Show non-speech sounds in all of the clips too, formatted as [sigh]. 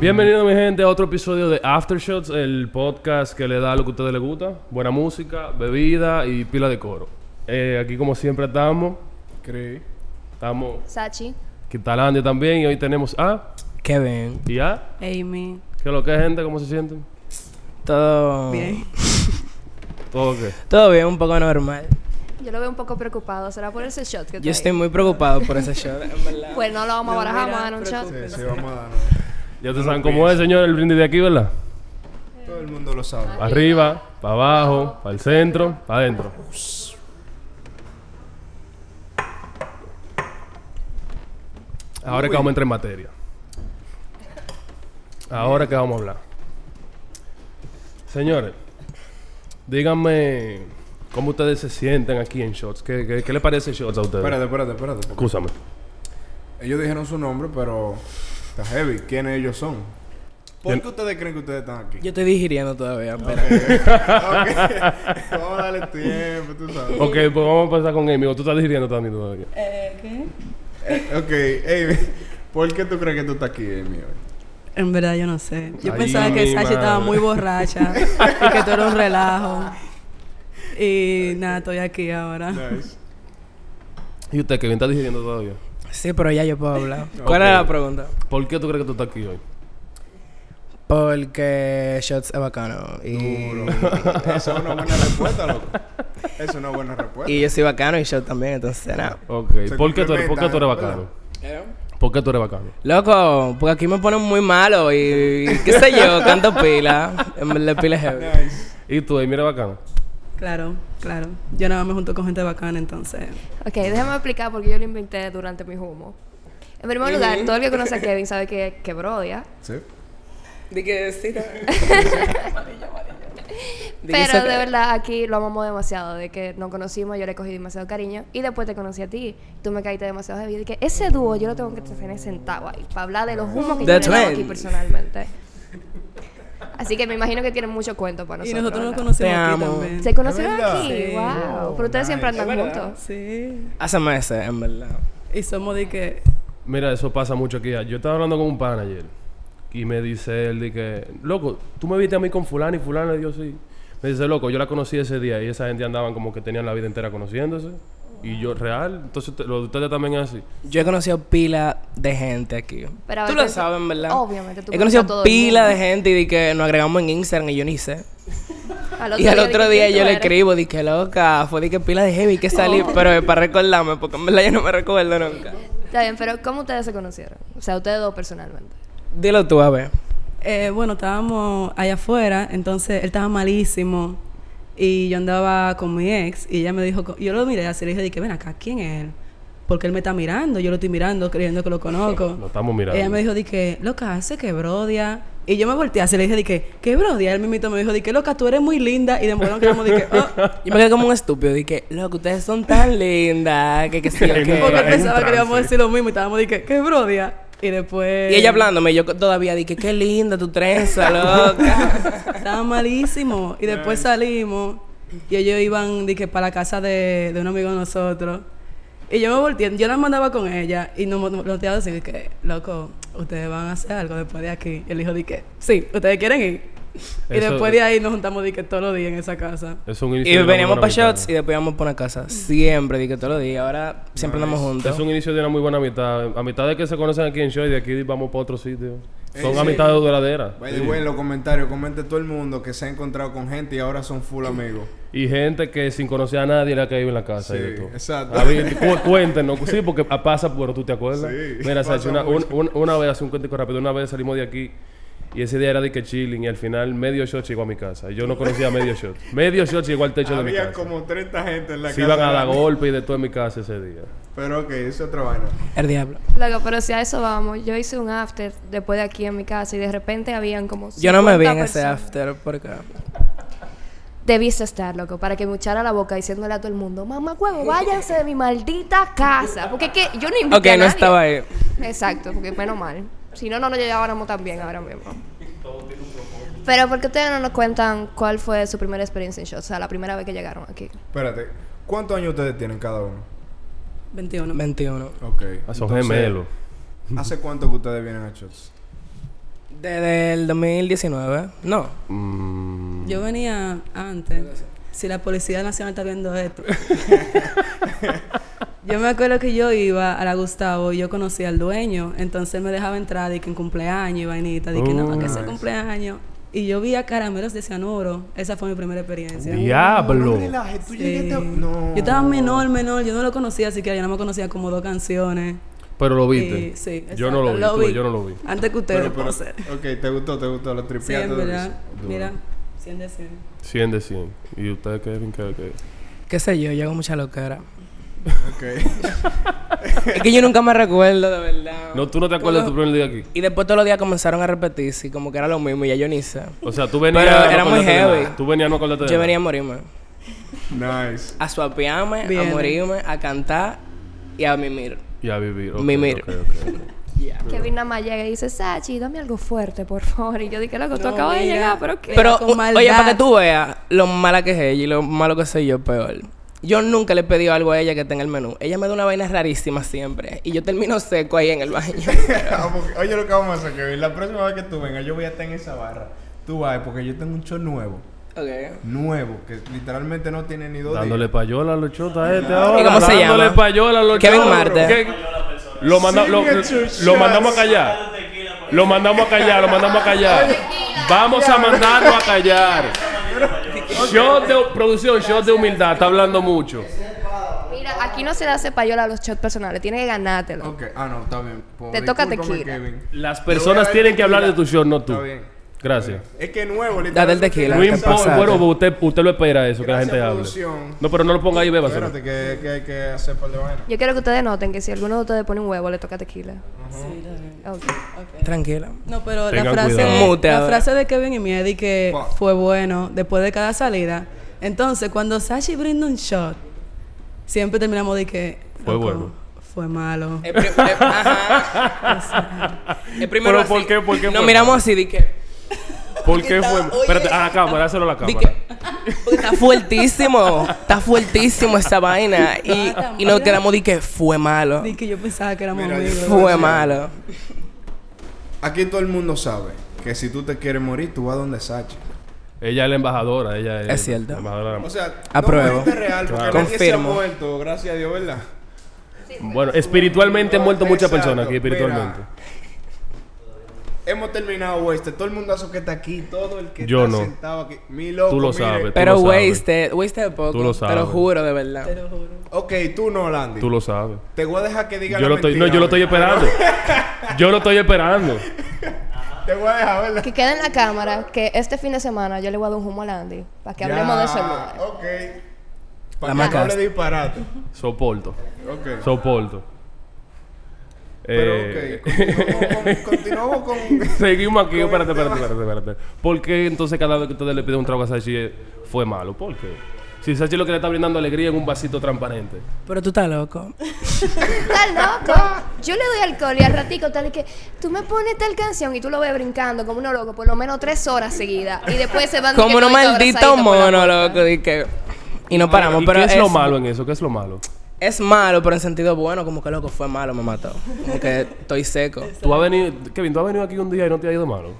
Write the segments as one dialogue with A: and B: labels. A: Bienvenido mi gente a otro episodio de Aftershots, el podcast que le da lo que a ustedes les gusta, buena música, bebida y pila de coro. Eh, aquí como siempre estamos,
B: Cree.
A: estamos
C: Sachi.
A: Quitalandia también y hoy tenemos a
D: Kevin,
A: y a.
E: Amy.
A: ¿Qué es lo que es gente? ¿Cómo se sienten?
D: todo
E: Bien.
A: Todo ok.
D: todo bien, un poco normal.
C: Yo lo veo un poco preocupado. ¿Será por ese shot que
D: Yo estoy
C: trae?
D: muy preocupado por ese show, [laughs] en verdad.
C: Pues no lo vamos a
E: No,
C: barajar,
E: mira,
C: vamos a dar un shot.
B: Sí, sí, vamos a dar.
A: Ya ustedes saben cómo es, señor, el brindis de aquí, ¿verdad?
B: Todo el mundo lo sabe.
A: Para arriba, para abajo, para el centro, para adentro. Ahora que vamos a entrar en materia. Ahora que vamos a hablar. Señores, díganme cómo ustedes se sienten aquí en Shots. ¿Qué, qué, qué le parece Shots a ustedes?
B: Espérate, espérate, espérate. porque
A: Escúchame.
B: Ellos dijeron su nombre, pero está heavy. ¿Quiénes ellos son? ¿Por
A: Yo-
B: qué ustedes creen que ustedes están aquí?
D: Yo estoy digiriendo todavía, pero
B: Ok. Vamos a darle tiempo, tú sabes.
A: Ok, pues vamos a pasar con Amy. ¿O tú estás dirigiendo también todavía?
E: Eh, ¿Qué?
B: Eh, ok, Amy, ¿por qué tú crees que tú estás aquí, Amy? hoy?
E: En verdad yo no sé. Yo
A: Ay,
E: pensaba
A: mi
E: que Sachi
A: madre.
E: estaba muy borracha y que todo era un relajo. Y nada, estoy aquí ahora.
B: Nice.
A: ¿Y usted, Kevin, está dirigiendo todavía?
D: sí, pero ya yo puedo hablar. ¿Cuál era la pregunta?
A: ¿Por qué tú crees que tú estás aquí hoy?
D: Porque shots es bacano y,
B: Duro. Esa es una buena respuesta, loco. Esa es una buena respuesta.
D: y yo soy bacano y shots también, entonces nada.
A: Ok,
B: Se
A: ¿por qué tú eres, por qué tú eres
B: complementan,
A: bacano? ¿Por qué tú eres bacano?
D: Loco, porque aquí me ponen muy malo y, y qué sé
B: [laughs]
D: yo, canto pila, en verdad pila es heavy.
B: Nice.
A: ¿Y tú, Amy, eres bacano?
E: Claro, claro. Yo nada más me junto con gente bacana, entonces.
C: Ok, déjame explicar porque yo lo inventé durante mi humo. En primer lugar, todo el que conoce a Kevin sabe que, que brodia.
B: Sí.
D: que sí,
C: Pero de verdad, aquí lo amamos demasiado. De que nos conocimos, yo le cogí demasiado cariño. Y después te conocí a ti. Tú me caíste demasiado de vida. Y que ese dúo yo lo tengo que tener sentado ahí. Para hablar de los humos que
D: The
C: yo le daba aquí
D: twins.
C: personalmente. Así que me imagino que tienen mucho cuento para
E: Y
C: nosotros.
E: nosotros nos
C: ¿verdad?
E: conocemos
D: Te
E: aquí
D: amo.
E: también.
C: ¿Se conocieron
B: verdad?
C: aquí?
E: Sí.
C: ¡Wow!
B: Oh,
C: Pero ustedes siempre
B: nice.
C: andan
D: Es verdad.
C: juntos.
E: Sí.
D: Hace meses, en verdad.
E: Y somos de que.
A: Mira, eso pasa mucho aquí. Yo estaba hablando con un pan ayer y me dice él de que, loco, tú me viste a mí con fulano y fulano, y yo sí. Me dice, loco, yo la conocí ese día y esa gente andaban como que tenían la vida entera conociéndose. Y yo, real. Entonces, te- lo de ustedes también es así.
D: Yo he conocido pila de gente aquí.
C: Pero a
D: tú lo
C: veces-
D: sabes, en ¿verdad?
C: Obviamente, tú
D: He
C: conoces a
D: conocido
C: todo el
D: pila de
C: mundo.
D: gente y de que nos agregamos en Instagram y yo ni sé.
C: Al
D: Y al otro
C: dije,
D: día
C: ¿quién
D: yo
C: tú
D: le
C: eres?
D: escribo, di que loca, fue di que pila de heavy que salí, pero es para recordarme, porque en verdad yo no me recuerdo nunca.
C: Está bien, pero ¿cómo ustedes se conocieron? O sea, ustedes dos personalmente.
D: Dilo tú, a ver.
E: Eh, bueno, estábamos allá afuera, entonces él estaba malísimo y yo andaba con mi ex y ella me dijo, co- yo lo miré así, le dije, dije, ven acá, ¿quién es él? Porque él me está mirando, yo lo estoy mirando creyendo que lo conozco.
A: Lo estamos mirando.
E: Ella me dijo, dije, loca, ese que brodia. Y yo me volteé así, le dije, dije, ¿qué brodia? Él mismito me dijo, dije, loca, tú eres muy linda. Y de momento quedamos, dije,
A: [laughs]
E: oh.
D: Yo me quedé como un estúpido, di que, loco, ustedes son tan lindas, que
A: [laughs]
D: que sí, o qué.
E: Porque
A: Entra,
E: él pensaba
A: entra,
E: que le íbamos
A: sí.
E: a decir lo mismo y estábamos, dije, ¿qué brodia? Y después...
D: Y ella hablándome, yo todavía dije, qué linda
C: [laughs]
D: tu trenza, loca.
E: Estaba malísimo. Y después salimos y ellos iban dije, para la casa de, de un amigo de nosotros. Y yo me volteé, yo la mandaba con ella y nos mo- volteaba así, que, loco, ustedes van a hacer algo después de aquí. Y él dijo, dije, sí, ustedes quieren ir. Y
A: Eso-
E: después de ahí nos juntamos dije, todos los días en esa casa.
A: Es un inicio
D: Y
A: de una
D: veníamos
A: buena
D: para
A: amistad.
D: shots y después íbamos para una casa. Siempre, di que todos los días, ahora siempre andamos juntos.
A: Es un inicio de una muy buena amistad. Amistades que se conocen aquí en Show y de aquí vamos para otro sitio.
B: Eh,
A: Son
B: sí.
A: amistades duraderas.
B: By the
A: Sí.
B: way, en los comentarios, comente todo el mundo que se ha encontrado con gente y ahora son full amigos.
A: Y gente que sin conocer a nadie la que vive en la casa.
B: Sí,
A: y de todo.
B: exacto.
A: A ver, cu- cuéntenos. Sí, porque a- pasa, pero tú te acuerdas.
B: Sí,
A: Mira,
B: pasa
A: Sachi, una, un-
B: mucho.
A: un- una vez, hace un cuéntico rápido, una vez salimos de aquí y ese día era de que chilling y al final medio shot llegó a mi casa. Y yo no conocía medio shot. Medio shot llegó al techo de mi
B: Había
A: casa.
B: como 30 gente en la
A: Se
B: casa.
A: iban a dar golpe y de todo en mi casa ese día.
B: Pero ok, eso es otra vaina.
D: El diablo.
C: Luego, pero si a eso vamos, yo hice un after después de aquí en mi casa y de repente habían como.
D: Yo no me vi
C: 50
D: en ese
C: personas.
D: after porque...
C: Debiste estar, loco, para que me echara la boca diciéndole a todo el mundo: Mamá,
D: [laughs]
C: huevo, váyanse de mi maldita casa. Porque es que yo no invité
D: Ok,
C: a
D: no
C: nadie.
D: estaba ahí.
C: Exacto, porque menos mal. Si no, no nos llevábamos tan bien ahora mismo. Pero ¿por qué ustedes no nos cuentan cuál fue su primera experiencia en show? O sea, la primera vez que llegaron aquí.
B: Espérate, ¿cuántos años ustedes tienen cada uno?
E: 21.
D: 21.
B: Ok.
A: Ah, son
B: entonces,
A: gemelos.
B: ¿Hace cuánto que ustedes vienen a shots?
D: Desde el 2019. No.
A: Mm,
E: Yo venía antes. Si la Policía Nacional está viendo esto.
A: [laughs]
E: yo me acuerdo que yo iba a la Gustavo y yo conocí al dueño. Entonces me dejaba entrar de que en cumpleaños y vainita. De que no,
A: Oh,
E: que es
A: nice.
E: el cumpleaños. Y yo vi a Caramelos de Cianuro. Esa fue mi primera experiencia.
A: Diablo.
B: No relajes, tú
E: Sí.
B: llegaste a- No.
E: Yo estaba menor, menor. Yo no lo conocía siquiera. Yo no me conocía como dos canciones.
A: Pero lo viste.
E: Y- sí,
A: yo no lo vi,
E: exacto,
A: tú ves, yo no lo vi.
E: Antes que ustedes.
B: Pero, pero,
E: pues, eh.
B: ok, te gustó, te gustó, lo
E: Sí,
B: tripeaste.
E: en verdad.
B: durísimo.
E: Mira, 100 de 100.
A: 100 de 100. ¿Y usted, Kevin, qué? qué?
D: ¿Qué sé yo? Yo hago mucha loquera.
B: Ok.
D: es
B: [laughs]
D: que yo nunca me recuerdo, de verdad.
A: [laughs] No, tú no te acuerdas de tu primer día aquí.
D: Y después todos los días comenzaron a repetirse, como que era lo mismo, y ya yo ni sé.
A: O sea, tú venías.
D: Pero
A: a no
D: era muy
A: acordarte de
D: heavy.
A: nada. Tú venías a no acordarte de
D: Yo
A: nada.
D: venía a morirme.
B: Nice. [laughs]
D: A suapearme, a
E: Bien.
D: morirme, a cantar y a mimir.
A: Y a vivir. ok,
D: Mimir.
A: ok, ok, ok.
C: Kevin nada más llega y dice, Sachi, dame algo fuerte, por favor. Y yo dije, loco, tú
E: No,
C: acabas de
E: mira.
C: llegar, pero ¿qué?
D: Pero,
E: con
D: o- oye,
E: maldad.
D: para que tú veas lo mala que es ella y lo malo que soy yo, peor. Yo nunca le he pedido algo a ella que esté en el menú. Ella me da una vaina rarísima siempre. Y yo termino seco ahí en el baño.
B: Porque- Oye, lo que vamos a hacer, Kevin. La próxima vez que tú vengas, yo voy a estar en esa barra. Tú vas, porque yo tengo un show nuevo.
D: ok.
B: Nuevo, que literalmente no tiene ni dos
A: Dándole
B: días.
A: payola a los chotas este ahora.
D: cómo se llama?
A: Dándole payola a los
D: Kevin
A: chotas.
D: Marte.
A: ¿Qué? Lo, manda- lo,
B: Signature
A: lo mandamos a
B: shots.
A: callar. Lo mandamos a callar, lo mandamos a callar. Vamos a mandarlo a
B: [laughs]
A: callar. Shot de producción, shot de humildad, está hablando mucho.
C: Mira, aquí no se le hace payola a los shots personales, tienes que ganártelo.
B: Ok, ah, no, está bien. Po-
C: Te toca
B: discúlpame,
C: tequila.
B: Kevin.
A: Las
B: Yo voy a
A: personas
B: dar
A: tienen que
B: tequila.
A: hablar de tu shot, no tú.
B: Está bien.
A: Gracias.
B: Es que es nuevo,
D: Dale el tequila,
A: No
D: te
A: importa,
D: pasaste.
A: bueno, usted, usted lo espera eso, que la
B: Gracias,
A: gente hable.
B: producción.
A: No, pero no lo ponga ahí, bébaselo.
B: Espérate, que, que hay que hacer par de vainas.
C: Yo quiero que ustedes noten que si alguno de ustedes pone un huevo, le toca tequila. Ok.
D: Tranquila.
E: No, pero la
A: Tengan
E: frase,
A: cuidado.
D: Mute
E: la
D: ahora.
E: frase de Kevin y Mía di que
B: Fuck.
E: fue bueno después de cada salida. Entonces, cuando Sashi brinda un shot, siempre terminamos de que.
A: Fue
E: "Loco,
A: bueno".
E: Fue malo.
D: El, pri- el- ajá. El primero
A: Pero, ¿por
D: así.
A: qué? ¿Por qué
D: Nos
A: fue?
D: miramos así, di que...
A: ¿Por qué fue?
D: Oye.
A: Espérate, a la cámara, hazlo a la
D: di
A: cámara.
D: que- Porque está fuertísimo. Está fuertísimo esa vaina. Y, y nos quedamos, di que fue malo.
E: Di que yo pensaba que éramos
B: Mira, yo-
E: amigos.
D: Fue malo.
B: Aquí todo el mundo sabe que si tú te quieres morir, tú vas donde Sachi.
A: Ella es la embajadora, ella es,
D: Es cierto.
A: la embajadora de la-
B: O sea,
D: Apruebo.
B: no es real, porque
A: Claro.
B: nadie se ha
D: Confirmo.
B: muerto, gracias a Dios, ¿verdad?
A: Bueno, espiritualmente han muerto muchas personas aquí,
B: Exacto,
A: espiritualmente.
B: mira. Hemos terminado este, todo el mundazo que está aquí, todo el que
A: Yo
B: está
A: no.
B: sentado aquí. Mi loco,
A: Tú lo
B: mire.
A: sabes.
D: Pero
A: lo sabes.
D: wasted. Wasted poco.
A: Tú lo
D: Te
A: sabes.
D: lo juro, de verdad.
E: Te lo juro.
B: Ok, tú no, Landy.
A: Tú lo sabes.
B: Te voy a dejar que diga
A: Yo
B: la
A: lo estoy, no,
B: mentira,
A: yo lo estoy
B: güey.
A: esperando.
B: [laughs]
A: Yo lo estoy esperando.
B: Te voy a dejar, ¿verdad?
C: Que quede en la cámara que este fin de semana yo le voy a dar un humo a Landy para que
B: Ya,
C: hablemos de ese lugar.
B: Ok.
D: La
B: Para que no
D: marcaste.
B: hable disparate.
A: Soporto.
B: Ok.
A: Soporto.
B: Pero
A: Eh,
B: ok, continuamos con- continuamos con...
A: [laughs]
B: [laughs]
A: seguimos aquí.
B: con
A: Espérate,
B: el
A: espérate,
B: tema.
A: espérate, espérate. ¿Por qué entonces cada vez que ustedes le piden un trago a Sachi eh, fue malo? ¿Por qué? Si Sachi lo que le está brindando alegría en un vasito transparente.
D: Pero tú estás loco.
C: Está loco. Yo le doy alcohol y al ratico tal y que tú me pones tal canción y tú lo ves brincando como uno loco por lo menos tres horas seguidas y después se van
D: Como
C: que
D: unos
C: todo abrazadito
D: malditos
C: por la
D: monos,
C: puerta.
D: loco. di que- Y no paramos,
A: ¿Y
D: pero
A: ¿Qué es, lo malo en eso? ¿Qué es lo malo?
D: Es malo, pero en sentido bueno, como que loco, fue malo, me mató. Como que estoy seco.
A: Tú has venido, Kevin, tú has venido aquí un día y no te ha ido malo.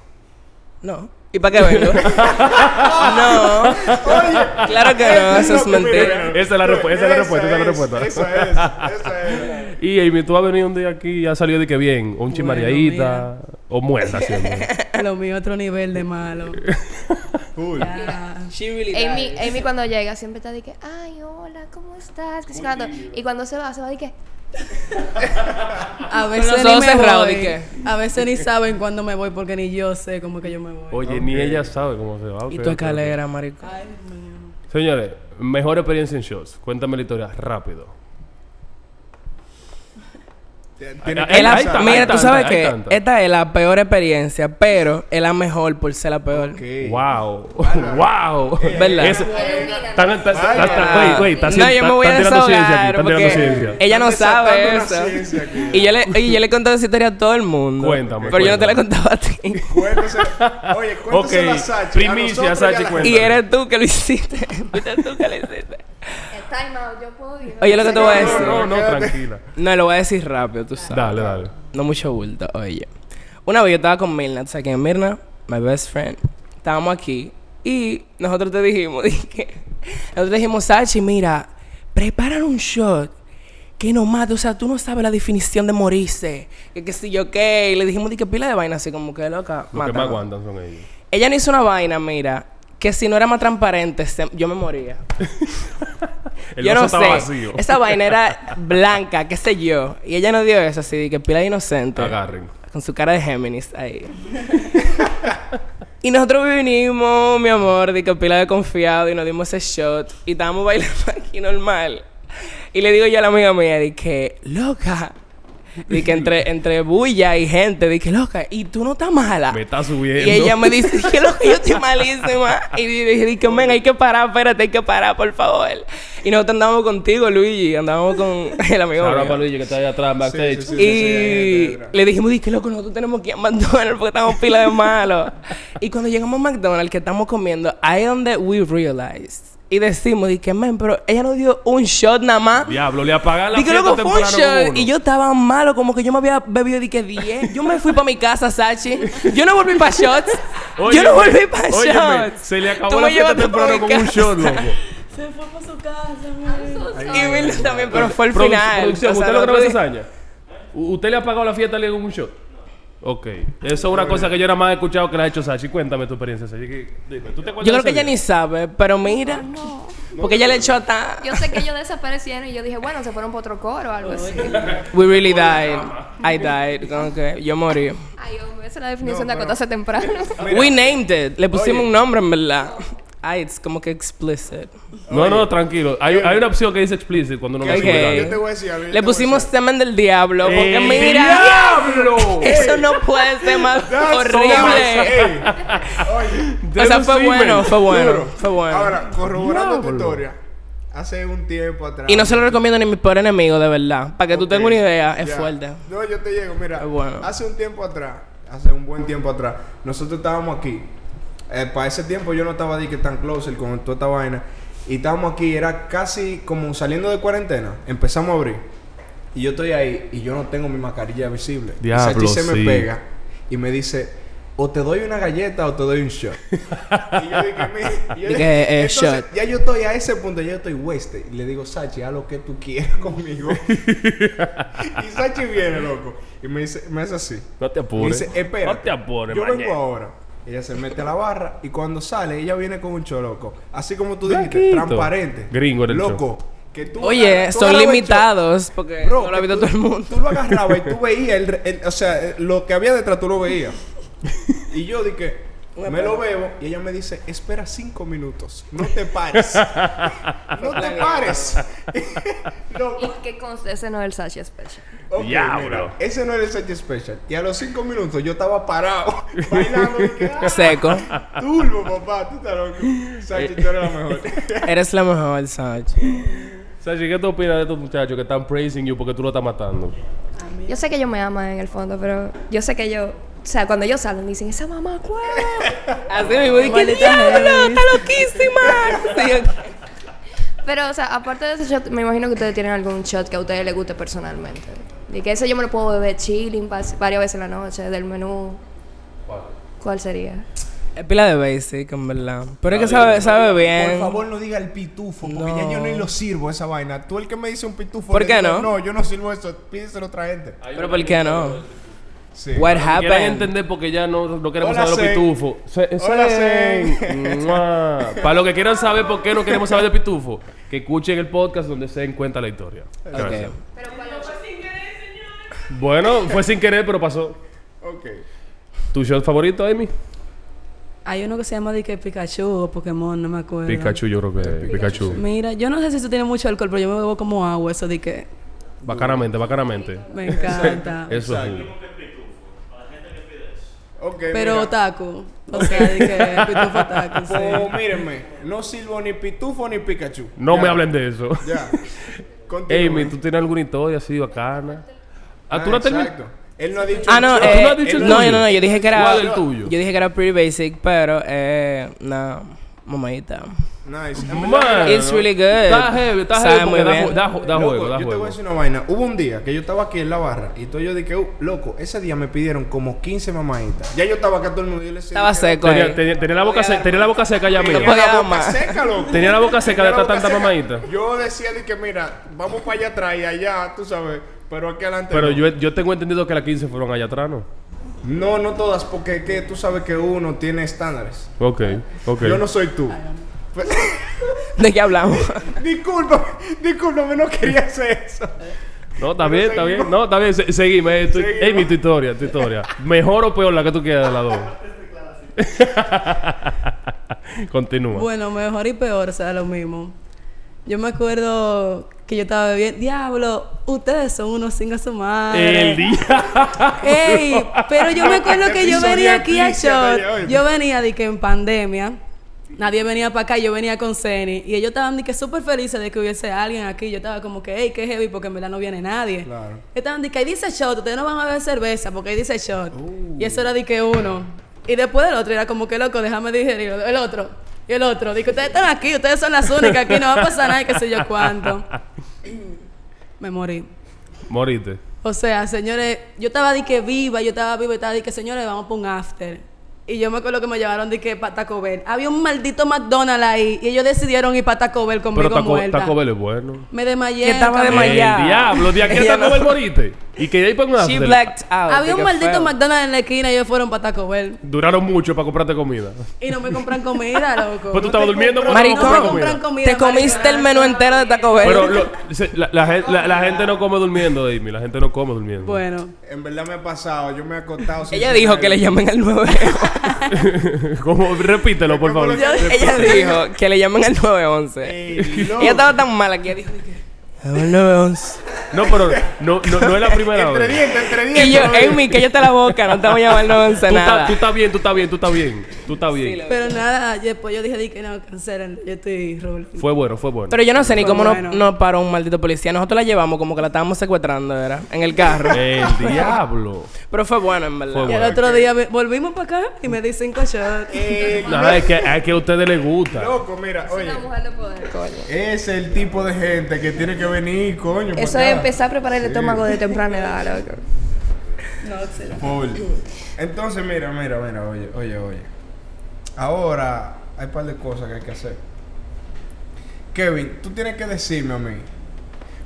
D: No. ¿Y para qué vengo? no. claro que no, eso es mentira.
A: Esa es la respuesta, esa es la respuesta, esa es la respuesta.
B: Esa es, esa es.
A: Y Amy, tú has venido un día aquí y has salido de que bien, o un chimariadita, o muerta
D: [laughs]
A: siempre.
E: Lo mío, otro nivel de malo.
B: Cool.
E: Ah,
C: Amy, Amy cuando llega siempre está de que ay hola cómo estás Que sí, cuando- y cuando se va se va de que
E: A veces
D: los
E: ni
D: ojos
E: me
D: cerrados,
E: voy.
D: di que-
E: A veces ni saben cuándo me voy porque ni yo sé cómo que yo me voy.
A: Oye, ni ella sabe cómo se va. ok,
D: Y
A: ok,
D: tu
A: ok.
D: escalera, marico.
E: Ay, Dios mío.
A: Señores, mejor experiencia en shows. Cuéntame la historia rápido.
B: Tiene
A: Ah,
B: que
A: él-
D: Es
A: hay
D: la-
A: tanta, hay
D: mira, tú
A: tanta,
D: sabes
A: hay
D: que
A: tanta.
D: esta es la peor experiencia, pero es la mejor por ser la peor.
B: Ok.
A: Wow, [laughs] wow.
D: ¿Verdad?
A: Eso- Tan- tan- tan-
B: Vaya.
A: tan- Güey, güey, está
D: Ah, no,
A: haciendo-
D: yo me
A: está-
D: voy a
A: están tirando ciencia aquí,
D: desahogar
A: están tirando
D: porque
A: ciencia.
D: ella no
B: Están
D: sabe
B: desatando
D: eso.
B: una ciencia aquí.
D: Y yo le, oye, yo le he contado esa historia a todo el mundo.
A: Cuéntame,
D: Pero yo no te la
A: cuéntame.
D: contaba
A: [laughs]
D: a ti.
B: Cuéntasela- Oye, cuéntasela
A: Ok,
B: a Sachi. a
A: primicia,
B: nosotros
A: Sachi,
B: y a la-
A: cuenta.
D: Y eres tú que lo hiciste. [laughs] Fuiste tú que lo hiciste.
C: time out yo puedo ir
D: Oye, lo que te voy a
A: No,
D: decir.
A: no, no, tranquila.
D: No, lo voy a decir rápido, tú sabes.
A: Dale, dale.
D: No mucho bulto, oye. Una vez yo estaba con Mirna, o sea, que Mirna, my best friend, estábamos aquí y nosotros te dijimos, [laughs] dije, nosotros dijimos, Sachi, mira, preparan un shot que no mate, o sea, tú no sabes la definición de morirse, que qué sé yo qué, y le dijimos, dije, pila de vaina, así como que loca,
A: Los que
D: mátalo".
A: más aguantan son ellos.
D: Ella no hizo una vaina, mira, que si no era más transparente, se- yo me moría.
A: El
D: yo
A: vaso
D: no sé.
A: estaba vacío.
D: Esa
A: [laughs]
D: vaina era blanca, qué sé yo. Y ella nos dio eso así, de que pila de inocente.
A: Agarren.
D: Con su cara de Géminis ahí. y nosotros vinimos, mi amor, de que pila de confiado y nos dimos ese shot. Y estábamos bailando aquí normal. Y le digo yo a la amiga mía, de que, loca. De que entre, entre bulla y gente, de que, loca, y tú no estás mala.
A: Me está subiendo.
D: Y ella me dice, que lo que yo estoy malísima. Y dije, dije, men, hay que parar, espérate, hay que parar, por favor. Y nosotros andábamos contigo, Luigi, andábamos con el amigo.
A: Ahora
D: mío.
A: para Luigi que está allá atrás en backstage.
B: sí, sí.
D: Y le dijimos, dije, loco, nosotros tenemos que ir a McDonald's porque estamos pila de malos. y cuando llegamos a McDonald's, que estamos comiendo, ahí es donde we realized. Y decimos, dije, men, pero ella nos dio un shot nada más.
A: Diablo, le apagan la
D: Dije,
A: fiesta
D: loco, fue un
A: temprano como
D: shot.
A: uno.
D: Y yo estaba malo, como que yo me había bebido, dije, 10. Yo me fui para mi casa, Sachi. Yo no volví para shots. yo no
A: Óyeme,
D: volví para
A: óyeme,
D: shots.
A: Se le
D: Tú
A: acabó
D: me
A: la fiesta
D: llevaste pa'
A: temprano
D: mi
A: con un
D: casa.
A: shot,
D: [laughs]
A: loco.
E: Se fue para su casa,
D: Y Will también, pero fue el
A: Produ-
D: final.
A: Producción,
D: O sea,
A: ¿usted
D: el
A: logró
D: otro
A: esa hazaña? ¿U- ¿Usted le ha pagado la fiesta a alguien con un shot? Ok. Eso es una cosa que yo era más he escuchado que la ha hecho Sachi. Cuéntame tu experiencia, Sachi. ¿Qué- dime, ¿Tú te acuerdas
D: Yo
A: de
D: creo
A: ese
D: que ella ni
A: día?
D: sabe, pero mira. Porque ella le echó hasta.
C: Yo sé que ellos desaparecieron y yo dije, bueno, se fueron para otro coro o algo así.
D: We really died. I died. Como que yo morí.
C: Ay, hombre, esa es la definición
B: No,
C: de
B: pero-
C: acotarse temprano. [laughs]
D: We named it. Le pusimos
B: Oye.
D: un nombre, en verdad. Ay, es como que explicit.
A: No, no, tranquilo. Hay, hay una opción que dice explicit cuando uno
D: Ok.
A: consume daño.
B: Yo te voy a decir algo. yo
D: Le
B: te voy a
D: pusimos
B: decir
D: semen del diablo. Porque
A: ¡Eh,
D: mira.
A: ¡Diablo!
D: Eso no puede ser más
B: algo.
D: horrible.
B: Ey,
A: [laughs]
B: Oye.
D: O sea,
A: un
D: fue
A: semen.
D: bueno, fue bueno,
B: Duro.
D: fue bueno.
B: Ahora, corroborando tu
A: Diablo.
B: historia, hace un tiempo atrás.
D: Y no se lo recomiendo ni a mi peor enemigo, de verdad. Para que tú
B: Ok,
D: tengas una idea, es
B: ya.
D: fuerte.
B: No, yo te llego, mira.
D: Es bueno.
B: Hace un tiempo atrás, hace un buen tiempo atrás, nosotros estábamos aquí. para ese tiempo yo no estaba de que tan closer con toda esta vaina. Y estábamos aquí, era casi como saliendo de cuarentena. Empezamos a abrir. Y yo estoy ahí y yo no tengo mi mascarilla visible. Y
A: Diablo,
B: Sachi se me
A: sí.
B: pega y me dice, o te doy una galleta o te doy
A: [laughs]
B: un shot. y yo dije, "Mi-". Y
D: Dije,
B: yo dije,
D: "Eh,
B: entonces,
D: shot".
B: ya yo estoy a ese punto, ya yo estoy wasted. Y le digo, Sachi, haz lo que tú quieras [laughs]
A: [laughs]
B: conmigo. [laughs] y Sachi viene, loco. Y me dice, me hace así.
A: No te
B: Me
A: apures.
B: dice, espera.
A: No te apures,
B: Yo vengo
A: mañana.
B: ahora. Ella se mete a la barra y cuando sale, ella viene con un show, loco. Así como tú dijiste,
A: Blanquito.
B: transparente.
A: Gringo era el
B: Loco. Que tú
D: Oye,
B: agarras- tú
D: son
B: agarrabas el shot.
D: limitados porque
B: Bro,
D: no lo ha
B: que
D: visto
B: tú-
D: todo el mundo.
B: Tú lo agarrabas y tú veías, el, el- o sea, eh, lo que había detrás tú lo veías. Y yo dije, me lo bebo. Y ella me dice, espera cinco minutos. No te
A: [laughs]
B: pares. no
D: [laughs]
B: te pares. [laughs]
C: y
B: Loco.
C: que conste, ese no es el Sachi Special.
B: Ok,
A: Ya,
B: mira,
A: bro.
B: Ese no era el Sachi Special. Y a los cinco minutos yo estaba parado, [laughs] bailando. y que, "Ah,
D: Seco.
B: Turbo, papá. Tú estás loco. Sachi, tú eres la [laughs] mejor.
D: Eres la mejor, Sachi.
A: Sachi, ¿qué tú opinas de estos muchachos que están praising you porque tú lo estás matando?
C: Yo sé que ellos me aman en el fondo, pero yo sé que ellos... O sea, cuando ellos salen dicen, esa mamá, [laughs] cuál.
D: Así mismo, y que
E: Maldita
D: diablo,
E: Géminis".
D: está loquísima. Sí, ok.
C: Pero, o sea, aparte de ese shot, me imagino que ustedes tienen algún shot que a ustedes les guste personalmente. Y que ese yo me lo puedo beber chilling va- varias veces en la noche, del menú. ¿Cuál sería?
D: Es pila de basic, en verdad. Pero es que
A: Ah,
D: sabe, sabe bien.
B: Por favor, no diga el pitufo, porque
D: Em, No.
B: ya yo ni lo sirvo esa vaina. Tú el que me dice un pitufo.
D: ¿Por
B: le
D: qué
B: digo,
D: no?
B: No, yo no sirvo eso. Pídeselo a otra gente.
D: Pero ¿por qué no?
B: Sí.
D: What
A: Quieren
D: happened?
A: entender porque ya no, no queremos
B: Hola,
A: saber de
B: Zen.
A: los pitufos. Se-
B: Hola,
A: Zen. Mua. Para los que quieran saber por qué no queremos saber de pitufo, que escuchen el podcast donde se cuenta la historia. Gracias.
D: Ok.
A: Bueno, fue sin querer, pero pasó.
B: Ok.
A: ¿Tu shot favorito, Amy?
E: Hay uno que se llama de que Pikachu o Pokémon, no me acuerdo.
A: Pikachu, yo creo que Pikachu.
E: Mira, yo no sé si eso tiene mucho alcohol, pero yo me bebo como agua, eso de que
A: Bacanamente, bacanamente.
E: me encanta.
A: Eso es.
B: Ok.
E: pero
B: mira.
E: otaku, o sea, de que pitufo otaku,
B: Pues
E: sí.
B: mírenme, no sirvo ni pitufo ni Pikachu.
A: No
B: Ya,
A: me hablen de eso.
B: Ya. Continúa.
A: Amy, ¿tú tienes alguna historia así bacana? Ah,
B: Ah,
A: ¿tú la terminaste?
B: Exacto. Él no ha dicho.
D: Ah, no,
A: ¿Tú
D: eh,
A: no has dicho el
D: no,
A: tuyo?
D: no, no, yo dije que era.
A: ¿Cuál es el tuyo?
D: Yo dije que era pretty basic, pero, eh, no, mamadita.
B: Nice. En verdad,
A: Man,
D: It's really good.
A: Está heavy, está
D: Sabe
A: heavy.
D: muy
A: porque da
D: bien.
A: ju- Da, ju- da
B: loco,
A: juego, da
B: yo te voy
A: juego.
B: a decir una vaina. Hubo un día que yo estaba aquí en la barra y todo yo dije, "Uh, loco, ese día me pidieron como 15 mamaditas. Ya yo estaba acá todo el mundo y yo les
D: Estaba seco ahí.
A: Tenía, tenía- tenía la boca se- tenía la boca seca ya
B: Tenía
D: No
A: mismo.
D: podía
B: la
D: dar
B: boca
D: más.
B: seca, loco.
A: Tenía la boca seca de
B: Tenía la
A: tanta- tanta
B: boca seca.
A: mamadita.
B: Yo decía de que mira, vamos para allá atrás y allá, tú sabes, pero aquí adelante.
A: Pero
B: no.
A: yo, yo tengo entendido que las 15 fueron allá atrás, ¿no?
B: No, no todas, porque es que tú sabes que uno tiene estándares.
A: Ok, ok.
B: Yo no soy tú. Pues,
D: ¿De qué hablamos?
B: [laughs] disculpa, discúlpame, no quería hacer eso.
A: No, está bien, está bien.
B: seguimos.
A: No, está bien. se- Seguime. eh, tu-
B: Seguimos.
A: Amy, tu historia, tu historia. Mejor o peor la que tú quieras de las dos. Continúa.
E: Bueno, mejor y peor, o sea, lo mismo. Yo me acuerdo que yo estaba bebiendo. Diablo, ustedes son unos sin a su madre.
D: eh,
A: El día.
E: [laughs] Ey, pero yo me acuerdo que yo
B: Episodio
E: venía aquí a
B: explícito, ya,
E: shot.
B: oye.
E: Yo venía de que en pandemia nadie venía para acá, yo venía con Ceni y ellos estaban de que súper felices de que hubiese alguien aquí. Yo estaba como que, ey, qué heavy porque en verdad no viene nadie.
B: Claro.
E: Estaban de que ahí dice shot, ustedes no van a beber cerveza porque ahí dice shot.
B: Uh.
E: Y eso era de que uno. Y después del otro era como que loco, déjame digerir el otro. Y el otro, dije, ustedes están aquí, ustedes son las únicas aquí, no va a pasar nada, y qué sé yo cuánto.
B: [laughs]
E: Me morí.
A: Moriste.
E: O sea, señores, yo estaba de que viva, yo estaba viva y estaba de que, señores, vamos para un after. Y yo me acuerdo que me llevaron de que para Taco Bell. Había un maldito McDonald's ahí y ellos decidieron ir para Taco Bell conmigo
A: Pero Taco,
E: muerta.
A: Taco Bell es bueno.
E: Me desmayé.
D: Que
E: en
D: estaba
E: Taco Bell.
A: El
D: Desmayado.
A: diablo, de aquí a
D: Ella
A: Taco
D: no-
A: Bell moriste. Y que de ahí para un
D: She
A: after.
D: blacked out.
E: Había un
D: Qué
E: maldito
D: feo.
E: McDonald's en la esquina y ellos fueron para Taco Bell.
A: Duraron mucho para comprarte comida.
E: Y no me compran
A: [laughs]
E: comida, loco.
A: Pues tú estabas durmiendo cuando
D: Maricón.
A: compraste
D: No me
E: compran
A: comida.
E: comida,
D: Te comiste
E: maricón.
D: el menú entero de Taco Bell.
A: Pero lo- se- la, la gen- la- la gente no come durmiendo, Amy. La gente no come durmiendo.
E: Bueno,
B: En verdad me ha pasado, yo me he acostado. sin
D: Ella dijo que le
B: cenar.
D: llamen al
A: [laughs]
D: nuevo.
A: Como, repítelo, por
B: [laughs]
A: favor.
B: Yo-
D: Ella dijo que le llamen al 911.
B: Ey, loco.
D: Ella estaba tan mala que ella dijo que. "Llama al 911.
A: No, pero no, no, no es la primera
B: Entre
A: vez.
B: dientes, entre dientes.
D: Y yo,
B: oye.
D: Amy, que te la boca, no te voy a llamar al 911
A: Tú estás
D: nada.
A: tú estás bien, tú estás bien, tú estás bien. Tú estás bien.
E: pero nada, yo- después yo dije, di que no, cancelen, yo estoy rolling.
A: Fue bueno, fue bueno.
D: Pero yo no sé ni
E: Fue
D: cómo
E: bueno.
D: no, no paró un maldito policía. Nosotros la llevamos como que la estábamos secuestrando, era, en el carro.
A: El
D: [laughs]
A: diablo.
D: Pero fue bueno, en verdad.
A: Fue
E: Y el
A: bueno.
E: otro día me- volvimos para acá y me di cinco shots.
D: Eh,
B: Ey,
A: No, es que, es que a ustedes les gusta.
B: Eh, Loco, mira,
C: Es
B: oye.
C: una mujer de poder.
B: Es el tipo de gente que tiene que venir, coño. pa'
C: Eso
B: acá.
C: es empezar a preparar el estómago de temprana edad, loco.
E: No, se la-
B: Full. Entonces, mira, mira, mira, oye, oye, oye. Ahora hay un par de cosas que hay que hacer. Kevin, tú tienes que decirme a mí.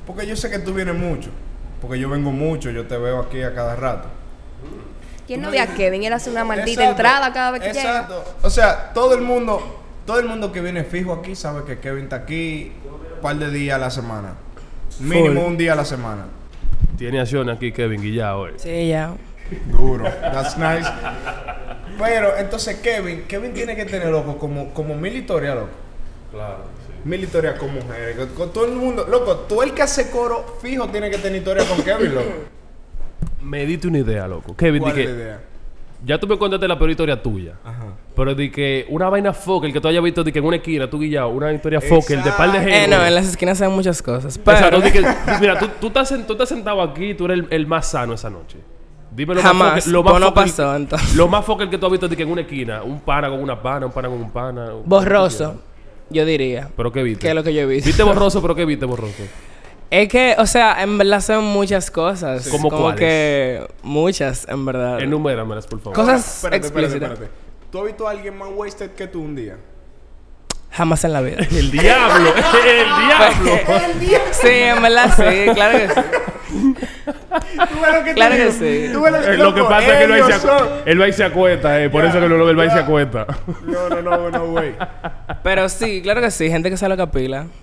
B: Porque yo sé que tú vienes mucho. Porque yo vengo mucho, yo te veo aquí a cada rato.
C: ¿Quién
B: Tú
C: no
B: me
C: ve a
B: dices-
C: Kevin? Él hace una maldita
B: Exacto,
C: entrada cada vez que llega.
B: Exacto. O sea, todo el mundo, todo el mundo que viene fijo aquí sabe que Kevin está aquí un par de días a la semana. Mínimo un día a la semana.
A: Tiene acción aquí Kevin Guillao hoy.
D: Sí, ya.
B: Duro. That's nice. Pero entonces Kevin, Kevin tiene que tener loco como, como mil historias, loco.
A: Claro,
B: Mil historias con mujeres, con, con todo el mundo. Loco, tú el que hace coro fijo tiene que tener historia con Kevin, loco.
A: Me diste una idea, loco. Kevin, di
B: ¿Cuál es la
A: que
B: idea? Ah.
A: ya tú me contaste la peor historia tuya.
B: Ajá.
A: Pero di que una vaina focal que tú hayas visto, di que en una esquina, tú Guillao, una historia focal de par de
B: Exacto.
A: gente.
D: Eh, no, en las esquinas se ven muchas cosas.
A: O sea,
D: Pero
A: no di que- tú- mira, tú, tú estás, sen- tú estás sentado aquí, tú eres el, el más sano esa noche. Dime lo más
D: jamás.
A: focal, lo más
D: Pues no
A: focal-
D: pasó, entonces.
A: Lo más focal que tú has visto de que en una esquina, un pana con una pana, un pana con un pana. un-
D: Borroso, yo diría.
A: ¿Pero qué viste?
D: Que es lo que yo he visto.
A: ¿Viste borroso, pero qué viste borroso?
D: Es que, o sea, en verdad se ven muchas cosas.
A: ¿Cómo
D: Como
A: cuáles?
D: que muchas, en verdad.
A: Enuméramelas, por favor.
D: Cosas
B: Ahora,
D: explícitas.
B: ¿Tú has visto a alguien más wasted que tú un día?
D: Jamás en
A: [laughs]
D: la vida.
A: El diablo, el diablo.
C: [laughs]
D: sí, en verdad sí, claro que sí.
B: Tú ves lo que
D: Claro
B: te
D: que
B: digo.
D: sí.
B: Tú ves [laughs] lo,
A: Eh, lo que
B: loco,
A: pasa es que él va y
B: ellos
A: se acu-
B: son-
A: él va y se acuesta, eh, por
B: Ya,
A: eso que lo del va y
B: ya.
A: se acuesta.
B: No, no, no, no,
D: [laughs]
B: güey.
D: Pero sí, claro que sí, gente que sale a capila.
A: [laughs]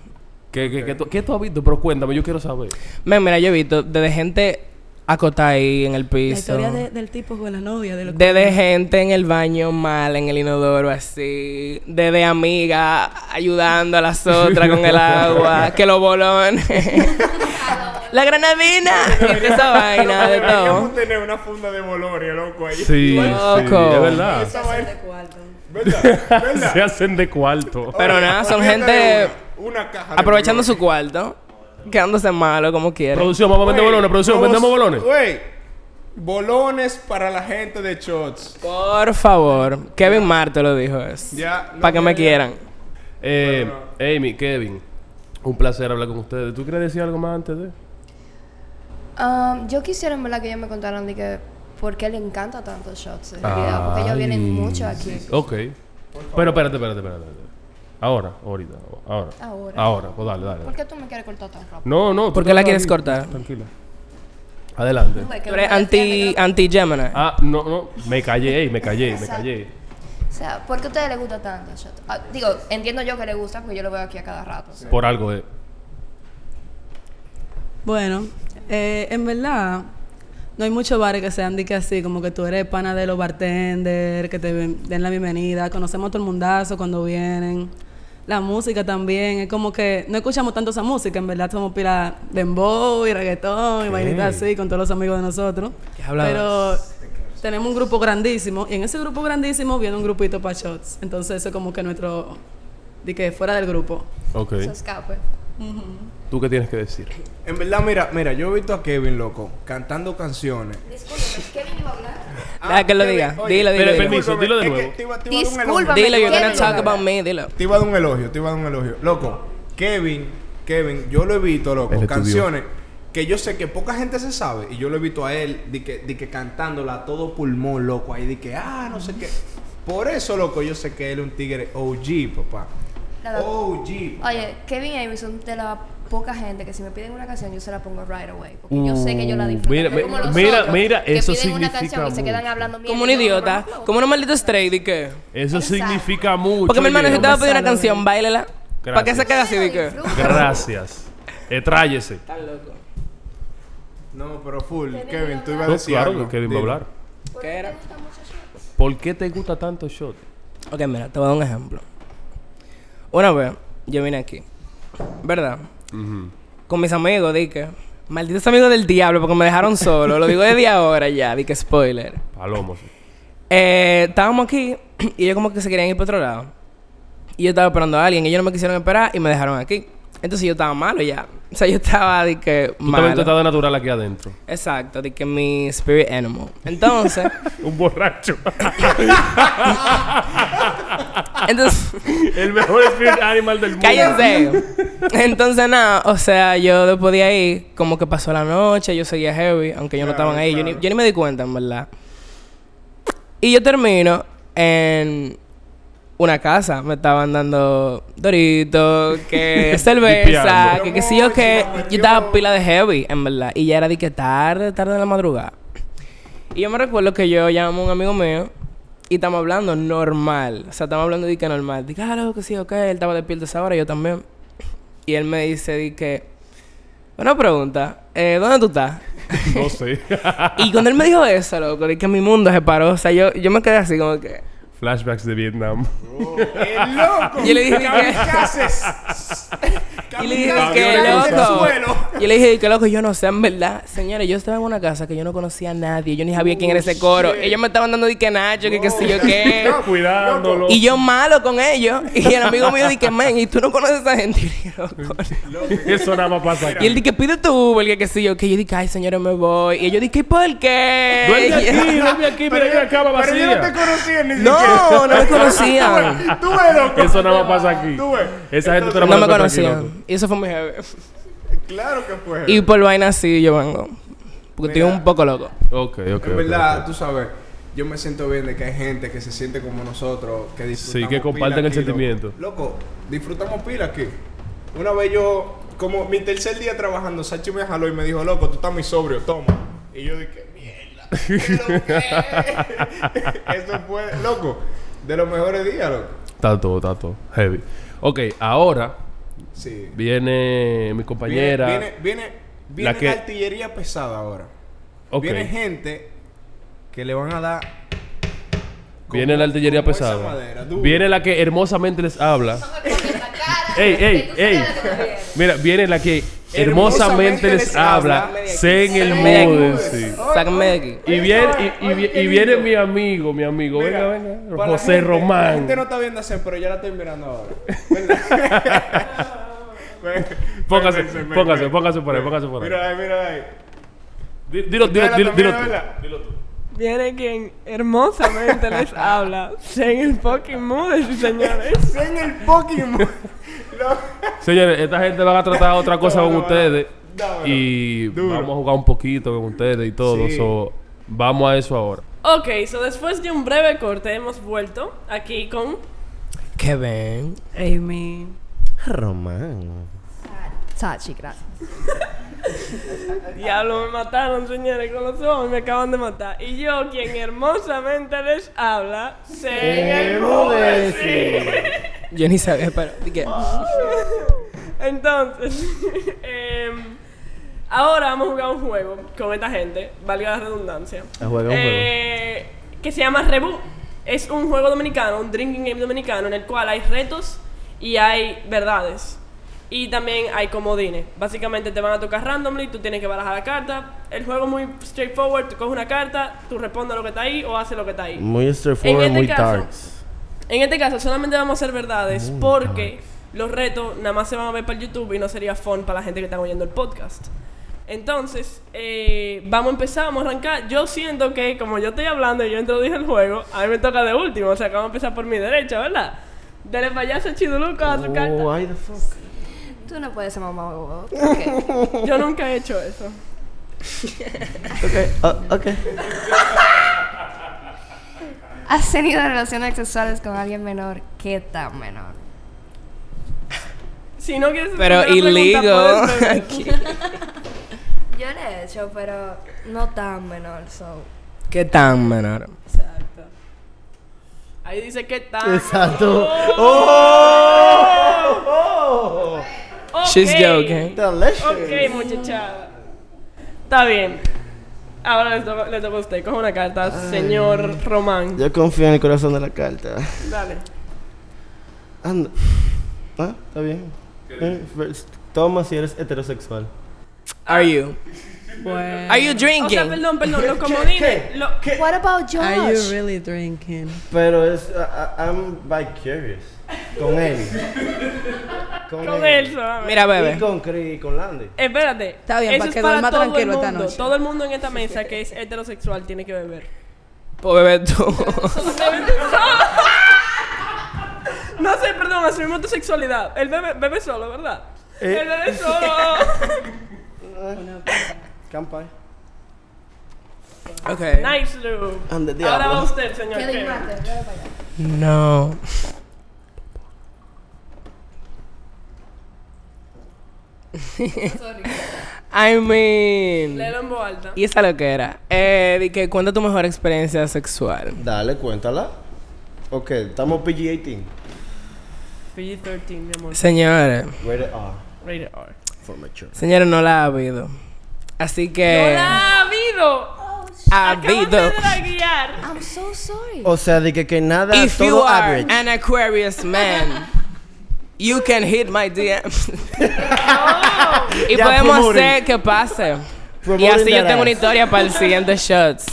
A: ¿Qué, qué, qué, tú, qué tú has visto? Pero cuéntame, yo quiero saber.
D: Men, mira, yo he visto desde gente acotada ahí en el
E: La
D: piso.
E: historia de- del tipo con la novia, de lo que-
D: Desde gente en el baño mal, en el inodoro así. Desde amiga ayudando a las otras con el
B: [laughs]
D: agua. que lo bolón. [laughs] la granadina. Esa vaina de todo.
B: Deberíamos tener una funda de bolonia, loco, ahí.
A: Sí,
D: Loco.
A: sí, es verdad.
B: Esa vaina.
E: cuarto.
B: [laughs] ¿Verdad?
A: [laughs]
B: ¿Verdad?
A: Se hacen de cuarto.
D: Pero nada, son
B: Apriétale
D: gente
B: Una, una caja de
D: Aprovechando
B: bolonia.
D: su cuarto. Quedándose malo como quiera.
A: Producción, vamos a vender
B: Güey,
A: bolones, producción,
B: vamos-
A: vendemos bolones.
B: Güey, bolones para la gente de shots.
D: Por favor. Kevin Marte lo dijo eso.
B: Ya, no,
D: Para que
B: ya,
D: me
B: ya.
D: quieran.
A: Eh, Amy, Kevin, un placer hablar con ustedes. ¿Tú quieres decir algo más antes de?
C: Um, yo quisiera en verdad que ellos me contaran de que por qué le encanta tanto shots en realidad, porque ellos
A: Ay.
C: vienen mucho aquí.
A: Ok. Pero espérate, espérate, espérate. espérate. Ahora, ahorita, ahora.
C: Ahora.
A: Ahora, pues dale, dale.
C: ¿Por qué tú me quieres cortar tan rápido?
A: No, no. tú
D: ¿Por qué la
A: estás
D: quieres
A: aquí.
D: cortar?
A: Tranquila. Adelante.
C: Güey, que
D: Tú
C: me
D: eres
C: defiende,
D: anti,
C: que no-
D: anti Gemini.
A: Ah, no, no. Me callé, ey, me callé, me callé.
C: O sea, ¿por qué a ustedes les gusta tanto el shot? Ah, digo, entiendo yo que les gusta porque yo lo veo aquí a cada rato.
A: Por algo eh. de.
E: Bueno, eh, en verdad, no hay muchos bares que sean de que así, como que tú eres pana de los bartenders, que te ven- den la bienvenida. Conocemos a todo el mundazo cuando vienen. La música también, es como que no escuchamos tanto esa música, en verdad somos pila dembow y reggaetón y vainitas así con todos los amigos de nosotros.
D: ¿Qué
E: Pero
D: hablabas?
E: tenemos un grupo grandísimo y en ese grupo grandísimo viene un grupito para shots. Entonces eso es como que nuestro, de que fuera del grupo.
A: Ok.
C: Se escape.
A: ¿Tú qué tienes que decir?
B: En verdad, mira, mira, yo he visto a Kevin, loco, cantando canciones. Ah,
C: Discúlpeme, Kevin iba a hablar.
D: Deja que lo diga. Dilo, dilo,
A: Pero
D: dilo.
A: permiso, dilo de
B: Es que
A: nuevo.
B: te iba- te iba a dar un elogio.
C: Discúlpame.
D: Dilo, you're gonna
C: Kevin.
D: talk about me, dilo.
B: Te iba a dar un elogio, te iba a dar un elogio. Loco, Kevin, Kevin, yo lo he visto, loco,
A: Él estudió.
B: canciones que yo sé que poca gente se sabe y yo lo he visto a él de que, de que cantándola a todo pulmón, loco, ahí de que, ah, no sé qué. Por eso, loco, yo sé que él es un tigre OG, papá.
C: Claro.
A: Oh.
B: OG.
C: Oye, Kevin y Amy son de la poca gente que si me piden una canción yo se la pongo right away. Porque yo sé que yo la
A: Uh,
C: disfruto.
A: mira,
C: no como
A: mi-
C: los
A: mira,
C: otros,
A: mira,
C: que
A: eso
C: piden una
A: significa
C: canción y se quedan
A: mucho.
C: hablando mierda,
D: Como un
C: no, no, no,
D: idiota,
C: no, no.
D: como un maldito straight, ¿y qué?
A: Eso
C: Exacto.
A: significa mucho.
D: Porque mi hermano, si
A: Diego.
D: te va a pedir una
E: Sálvame.
D: canción, báilela. ¿Para qué
A: Gracias.
D: se queda así, ¿y qué?
C: Disfruta.
A: Gracias. Eh, Etráyese.
D: loco.
B: No, pero full, Kevin, tú ibas a
A: No,
B: decir
A: claro,
B: algo.
A: que Kevin va a
B: Dilo.
A: hablar.
D: ¿Qué era?
A: ¿Por qué te gusta tanto shot?
D: Ok, mira, te voy a dar un ejemplo. Una vez, yo vine aquí, ¿verdad? Con mis amigos, di que, malditos amigos del diablo, porque me dejaron solo. Lo digo desde ahora ya, di que spoiler.
A: Palomos.
D: Eh, estábamos aquí [clears throat] y ellos como que se querían ir para otro lado. Y yo estaba esperando a alguien, ellos no me quisieron esperar y me dejaron aquí. Entonces yo estaba malo ya. O sea, yo estaba de que
A: Tú también te
D: malo.
A: estás de natural aquí adentro.
D: Exacto, de que mi spirit animal. Entonces,
A: [laughs]
D: [laughs]
A: Un borracho. [laughs]
D: entonces
A: El mejor spirit animal del mundo. [laughs]
D: Cállense. Entonces, nada, o sea, yo después de ahí, como que pasó la noche, yo seguía heavy, aunque yo no
B: Claro,
D: estaban ahí. Yo, ni,
B: claro.
D: yo ni me di cuenta, en verdad. Y yo termino en una casa. Me estaban dando doritos, que cerveza,
A: Dipiando.
D: que qué sé yo que Yo estaba pila de heavy, en verdad. Y ya era de que tarde, tarde de la madrugada. Y yo me recuerdo que yo llamo a un amigo mío y estamos hablando normal. O sea, estamos hablando de que normal. Dice, ah, loco, que sí, ok. Él estaba despierto a esa hora, yo también. Y él me dice, di que... Una pregunta. eh, ¿Dónde tú estás?
A: No sé.
D: y cuando él me dijo eso, loco, di que mi mundo se paró. O sea, yo, yo me quedé así como que...
A: Flashbacks de
B: [laughs]
A: Vietnam.
B: ¡El loco!
D: Yo le dije que-
B: ¡Kamikazes!
D: [laughs] Y le dije,
B: Kamikazes
D: que
B: en el
D: loco.
B: suelo.
D: Yo le dije, que loco, yo no sé, en verdad. Señores, yo estaba en una casa que yo no conocía a nadie. Yo ni sabía quién era
A: Oh,
D: ese coro. Ellos me estaban dando de que Nacho, que qué sé yo
A: [laughs]
D: qué.
A: Cuidándolo.
D: Y yo malo con ellos. [laughs] Y el amigo mío dije, men, ¿y tú no conoces a esa gente? [laughs] Y, yo, "Loco, no".
A: Eso nada más pasa
D: Y él
A: aquí.
D: dije, pide tu Uber, que qué sé yo. Que yo dije, ay, señores, me voy. Y ellos dije, ¿por qué?
A: Duerme
D: [laughs] Y-
A: aquí, duerme aquí, mira, hay una cama
B: Pero yo no
A: vacía.
B: te conocía ni siquiera.
D: No, no me conocían.
A: [laughs]
B: Tú ves, loco.
A: Eso nada más pasa aquí.
B: Tú ves.
A: Esa gente tú nada
D: No
A: más la
D: me
A: encuentras aquí,
D: conocían. Y eso fue muy heavy.
B: Claro que fue.
D: Y por vaina así yo vengo. Porque estoy un poco loco.
A: loco. Ok, ok.
B: En
A: ok,
B: verdad,
A: ok.
B: tú sabes, yo me siento bien de que hay gente que se siente como nosotros, que disfrutamos
A: Sí, que comparten
B: pila
A: el
B: aquí, loco.
A: sentimiento.
B: Loco, disfrutamos pila aquí. Una vez yo, como mi tercer día trabajando, Sachi me jaló y me dijo, loco, tú estás muy sobrio, toma. Y yo dije, mierda, ¿qué lo que es?" [laughs] Eso fue, loco, de los mejores días, loco.
A: Está todo, está todo. Heavy. Ok, ahora
B: Sí.
A: viene mi compañera.
B: Viene, viene, viene, viene
A: La que-
B: artillería pesada ahora.
A: Ok.
B: Viene gente que le van a dar.
A: Viene
B: como-
A: la artillería
B: como esa
A: pesada.
B: madera, duro.
A: viene la que hermosamente les habla. Ey, ey, ey. Mira, viene la que hermosamente les habla. Sé en el mood. sí.
D: Sáquenme de aquí.
A: Y viene, y, y vi- y viene mi amigo, mi amigo.
B: Mira,
A: Venga,
B: para
A: venga.
B: la
A: José
B: gente- La
A: Román.
B: gente no está viendo hacer, pero ya la estoy mirando ahora. ¿Verdad? Ven,
A: [laughs] Póngase,
B: ven, ven, ven,
A: póngase,
B: ven.
A: póngase por ahí,
B: Ven.
A: póngase por ahí.
B: Mira ahí, mira ahí.
A: Di- Dilo, dilo,
B: Ustedes la
A: dilo,
B: están
A: dilo
B: viendo,
A: tú.
B: ¿verdad?
A: Dilo tú.
F: Viene quien hermosamente les habla. Sen el fucking mood, señores.
B: en el [laughs] Pokémon.
A: Señores, esta gente van a tratar
B: [laughs]
A: otra cosa con
B: Dámelo,
A: ustedes.
B: dámelo.
A: Y
B: Duro.
A: vamos a jugar un poquito con ustedes y todo.
B: Sí.
A: So, vamos a eso ahora.
F: Ok, so después de un breve corte hemos vuelto aquí con
D: Que ven.
E: Amy.
G: Román.
C: Sachi, gracias.
F: Diablo, me mataron, señores, con los ojos me acaban de matar. Y yo, quien hermosamente les habla, sé el
D: Yo ni sabía, pero. dije,
F: Entonces, [laughs] em, ahora vamos a jugar un juego con esta gente, valga la redundancia.
G: A jugar un
F: Eh, Que se llama Rebu. Es un juego dominicano, un drinking game dominicano, en el cual hay retos y hay verdades. Y también hay comodines. Básicamente te van a tocar randomly, tú tienes que barajar la carta. El juego es muy straightforward, tú coges una carta, tú respondes lo que está ahí o haces lo que está ahí.
G: Muy
F: En
G: straightforward,
F: este
G: muy
F: caso-
G: darks.
F: En este caso solamente vamos a hacer verdades porque los retos nada más se van a ver para YouTube y no sería fun para la gente que está oyendo el podcast. Entonces, eh, vamos a empezar, vamos a arrancar. Yo siento que como yo estoy hablando y yo introduje el juego, a mí me toca de último, o sea que vamos a empezar por mi derecha, ¿verdad? Dale payaso chiduluco a su
G: Oh,
F: carta.
G: ay, the fuck.
C: Tú no puedes ser mamá huevo. Ok.
F: Yo nunca he hecho eso.
G: Okay, ah, [laughs] okay.
C: ¿Has tenido relaciones sexuales con alguien menor? ¿Qué tan menor?
F: Si no quieres
D: Pero
F: responder la pregunta,
D: illegal.
F: puedes beber.
D: [laughs] Aquí.
C: Yo le he hecho, pero no tan menor, so.
D: ¿Qué tan menor?
E: Exacto.
F: Ahí dice que está.
G: Exacto. Oh, oh,
D: She's joking.
F: Ok, muchachada. Está bien. Ahora le toca, le toca a usted. Coge una carta, señor Román.
G: Yo confío en el corazón de la carta.
F: Dale.
G: Anda. Ah, está bien. Eh, first, Toma si eres heterosexual.
D: Are you?
E: Bueno.
D: Are you
F: O sea,
D: drinking?
F: perdón, perdón, los comodines. Lo,
C: What about Josh?
E: Are you really drinking?
G: Pero es. I- I- I'm bi curious. Con él. Con,
F: con él solamente.
D: Mira,
G: Y
D: bebé.
G: con Cri y con Landy.
F: Espérate.
E: Está bien,
F: Eso
E: para
F: es
E: que
F: para
E: duerma
F: todo el
E: tranquilo esta
F: mundo.
E: noche.
F: Todo el mundo en esta mesa que es heterosexual tiene que
G: [laughs]
F: beber.
D: Pues bebé tú.
F: No sé, perdón, asumimos tu sexualidad. El bebe, bebe solo, ¿verdad?
G: Eh.
F: El bebe
G: [laughs]
F: solo.
G: Campai.
D: Ok.
F: nice, Lu.
G: Ande,
F: Ahora va
G: diablo.
F: usted, señor.
C: Qué
F: Kevin.
C: dignante, dale para allá.
D: No. I mean.
F: Léelo en voz alta.
D: Y esa lo que era. Eh, di que cuenta tu mejor experiencia sexual.
G: Dale, cuéntala. Ok, estamos PG-18.
F: PG-13, mi amor.
D: Señores,
G: Rated R.
F: Rated R.
G: For mature.
D: señores, no la ha habido. Así
F: ¡No
D: que.
F: la ha habido!
D: ha
F: Acabas
D: habido.
F: de draguear.
C: I'm so sorry.
E: Oh.
G: O sea, de que, que nada,
D: If
G: todo
D: you are
G: average.
D: an Aquarius man, you can hit my [laughs] DMs. y
G: Ya
D: podemos
G: promoting.
D: hacer que pase. Y
G: Promoting
D: así yo
G: that
D: tengo una
G: ass.
D: historia para el siguiente shots.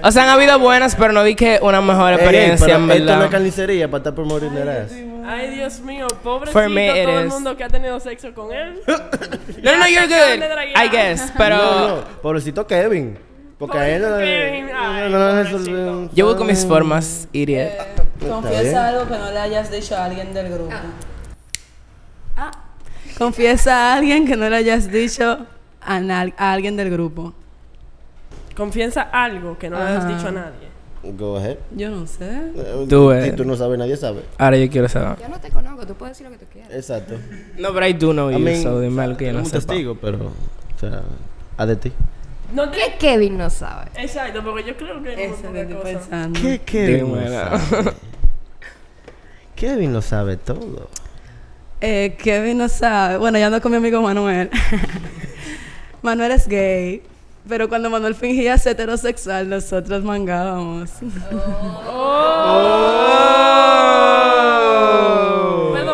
D: O sea, han habido buenas, pero no di que una mejor
G: Ey, ey,
D: experiencia,
G: pero
D: en
G: Esto no es
D: verdad.
G: carnicería para estar promoviendo el ass.
F: Ay, Dios mío, pobrecito
D: For me it
F: todo el
D: is.
F: mundo que ha tenido sexo con él.
D: No, no, no, you're good.
F: Acaban de
D: I
F: draguear.
D: guess. Pero
G: No, no, pobrecito Kevin. Porque a él no
F: Kevin, ay, pobrecito.
D: yo voy con mis formas, idiot.
E: Confiesa algo que no le hayas dicho a alguien del grupo.
F: Ah.
E: Ah. Confiesa a alguien que no le hayas dicho a, nal- a alguien del grupo.
F: Confiesa algo que no le has
E: Ajá.
F: dicho a nadie.
G: Go ahead.
E: Yo no sé.
G: Eh,
D: Do it.
G: Si tú no sabes, nadie sabe.
D: Ahora yo quiero saber.
C: Yo no te conozco, tú puedes decir lo que tú quieras.
G: Exacto.
D: No, pero I do know
G: I
D: you,
G: mean,
D: so dime algo que yo no
G: un
D: sepa.
G: testigo, pero. O sea, a de ti.
F: No te...
C: ¿Qué Kevin no sabe?
F: Exacto, porque yo creo que es
E: Eso que estoy
F: cosa.
E: pensando.
G: Kevin
D: Dímelo.
G: sabe? Kevin lo sabe todo.
E: Eh, Kevin no sabe. Bueno, yo ando con mi amigo Manuel. [laughs] Manuel es gay. Pero cuando Manuel fingía ser heterosexual, nosotros
F: [laughs]
E: mangábamos.
F: Perdón,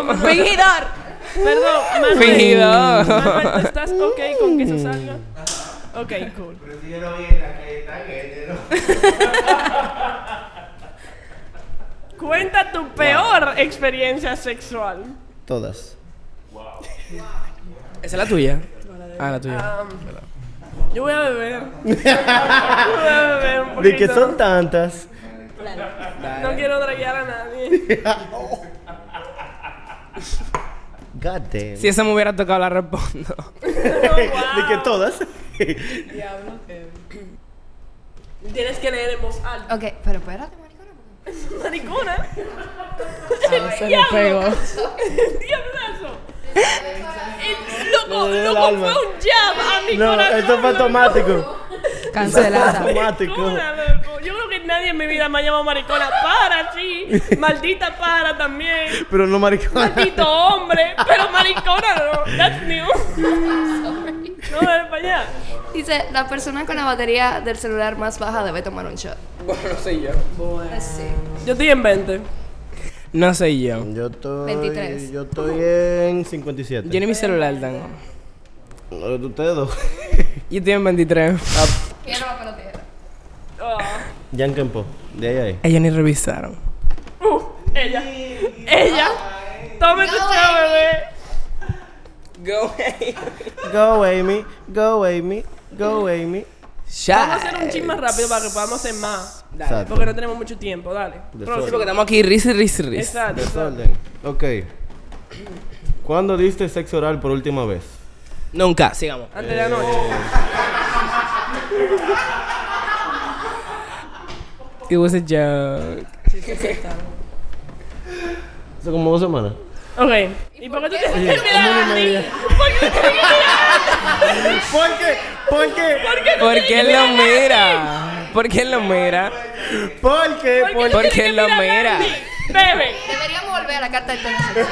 F: Manuel,
E: ¡Fingidor!
F: perdón, Manuel.
D: Fingido.
F: Manuel, ¿tú ¿estás ok con que eso salga? Ok, cool. Cuenta tu peor experiencia sexual.
G: Todas.
D: Esa es la tuya. Ah, la tuya.
F: Yo voy a beber. Yo voy a beber un
G: De que
F: poquito.
G: son tantas.
F: No quiero draguear a nadie.
G: God damn.
D: Si esa me hubiera tocado, la respondo.
G: [laughs] De que
F: [laughs]
G: todas.
F: Tienes que leer en voz alta.
C: Ok, pero espérate, maricona. porque-
F: Maricona. [laughs]
E: Ah, se le pegó.
F: Diablazo. El loco,
G: Le dolió el
F: loco
G: alma.
F: fue un jab a mi
G: No,
F: corazón.
G: esto fue [laughs] automático.
E: Cancelada.
G: Automático.
F: Maricona, loco. Yo creo que nadie en mi vida me ha llamado maricona. Para,
G: [laughs]
F: sí. Maldita para también.
G: Pero no maricona.
F: Maldito hombre. Pero maricona no. That's
G: [laughs]
F: new. [laughs] No, ven para allá.
C: Dice, la persona con la batería del celular más baja debe tomar un shot.
D: Bueno, soy yo.
C: Sí.
F: Yo estoy en 20.
D: No soy yo.
G: Yo estoy.
C: 23.
G: Yo estoy en 57.
D: Yo ni mi celular tengo.
G: Eh, Ustedes [laughs] dos.
D: Yo estoy en 23.
C: Quiero la pelotera.
F: Ah.
G: Jan Campo. De ahí a ahí.
D: Ellos ni revisaron.
F: Uh, ella. Ella. Tome tu
C: No,
F: chavo,
C: baby.
F: bebé.
D: Go away.
G: Go Amy. Go Amy. Go Amy.
F: Vamos a hacer un chin más rápido para que podamos hacer más.
G: Exacto.
F: Porque no tenemos mucho tiempo, dale.
G: De
F: Próximo.
G: sol.
D: Porque estamos aquí ris, ris, ris.
F: Exacto. exacto.
G: Desorden. Ok. ¿Cuándo diste sexo oral por última vez?
D: Nunca, sigamos.
F: Antes de la noche.
D: It was a joke.
G: Hace como dos semanas.
F: Ok. ¿Y por qué tú tienes que mirar a Andy? ¿Por qué tú tienes que mirar
G: ¿Por qué? ¿Por qué?
F: ¿Por qué tú
D: ¿Por
F: tienes
D: qué
F: que
D: él lo
F: mirar a
D: mira? ¿Por qué él lo mira?
G: ¿Por qué?
F: Andy? ¿Por qué tú
D: ¿Por
F: tienes
D: qué
F: que
D: lo
F: mirar a
D: mira?
F: Andy? Bebe.
C: Deberíamos volver a la carta entonces.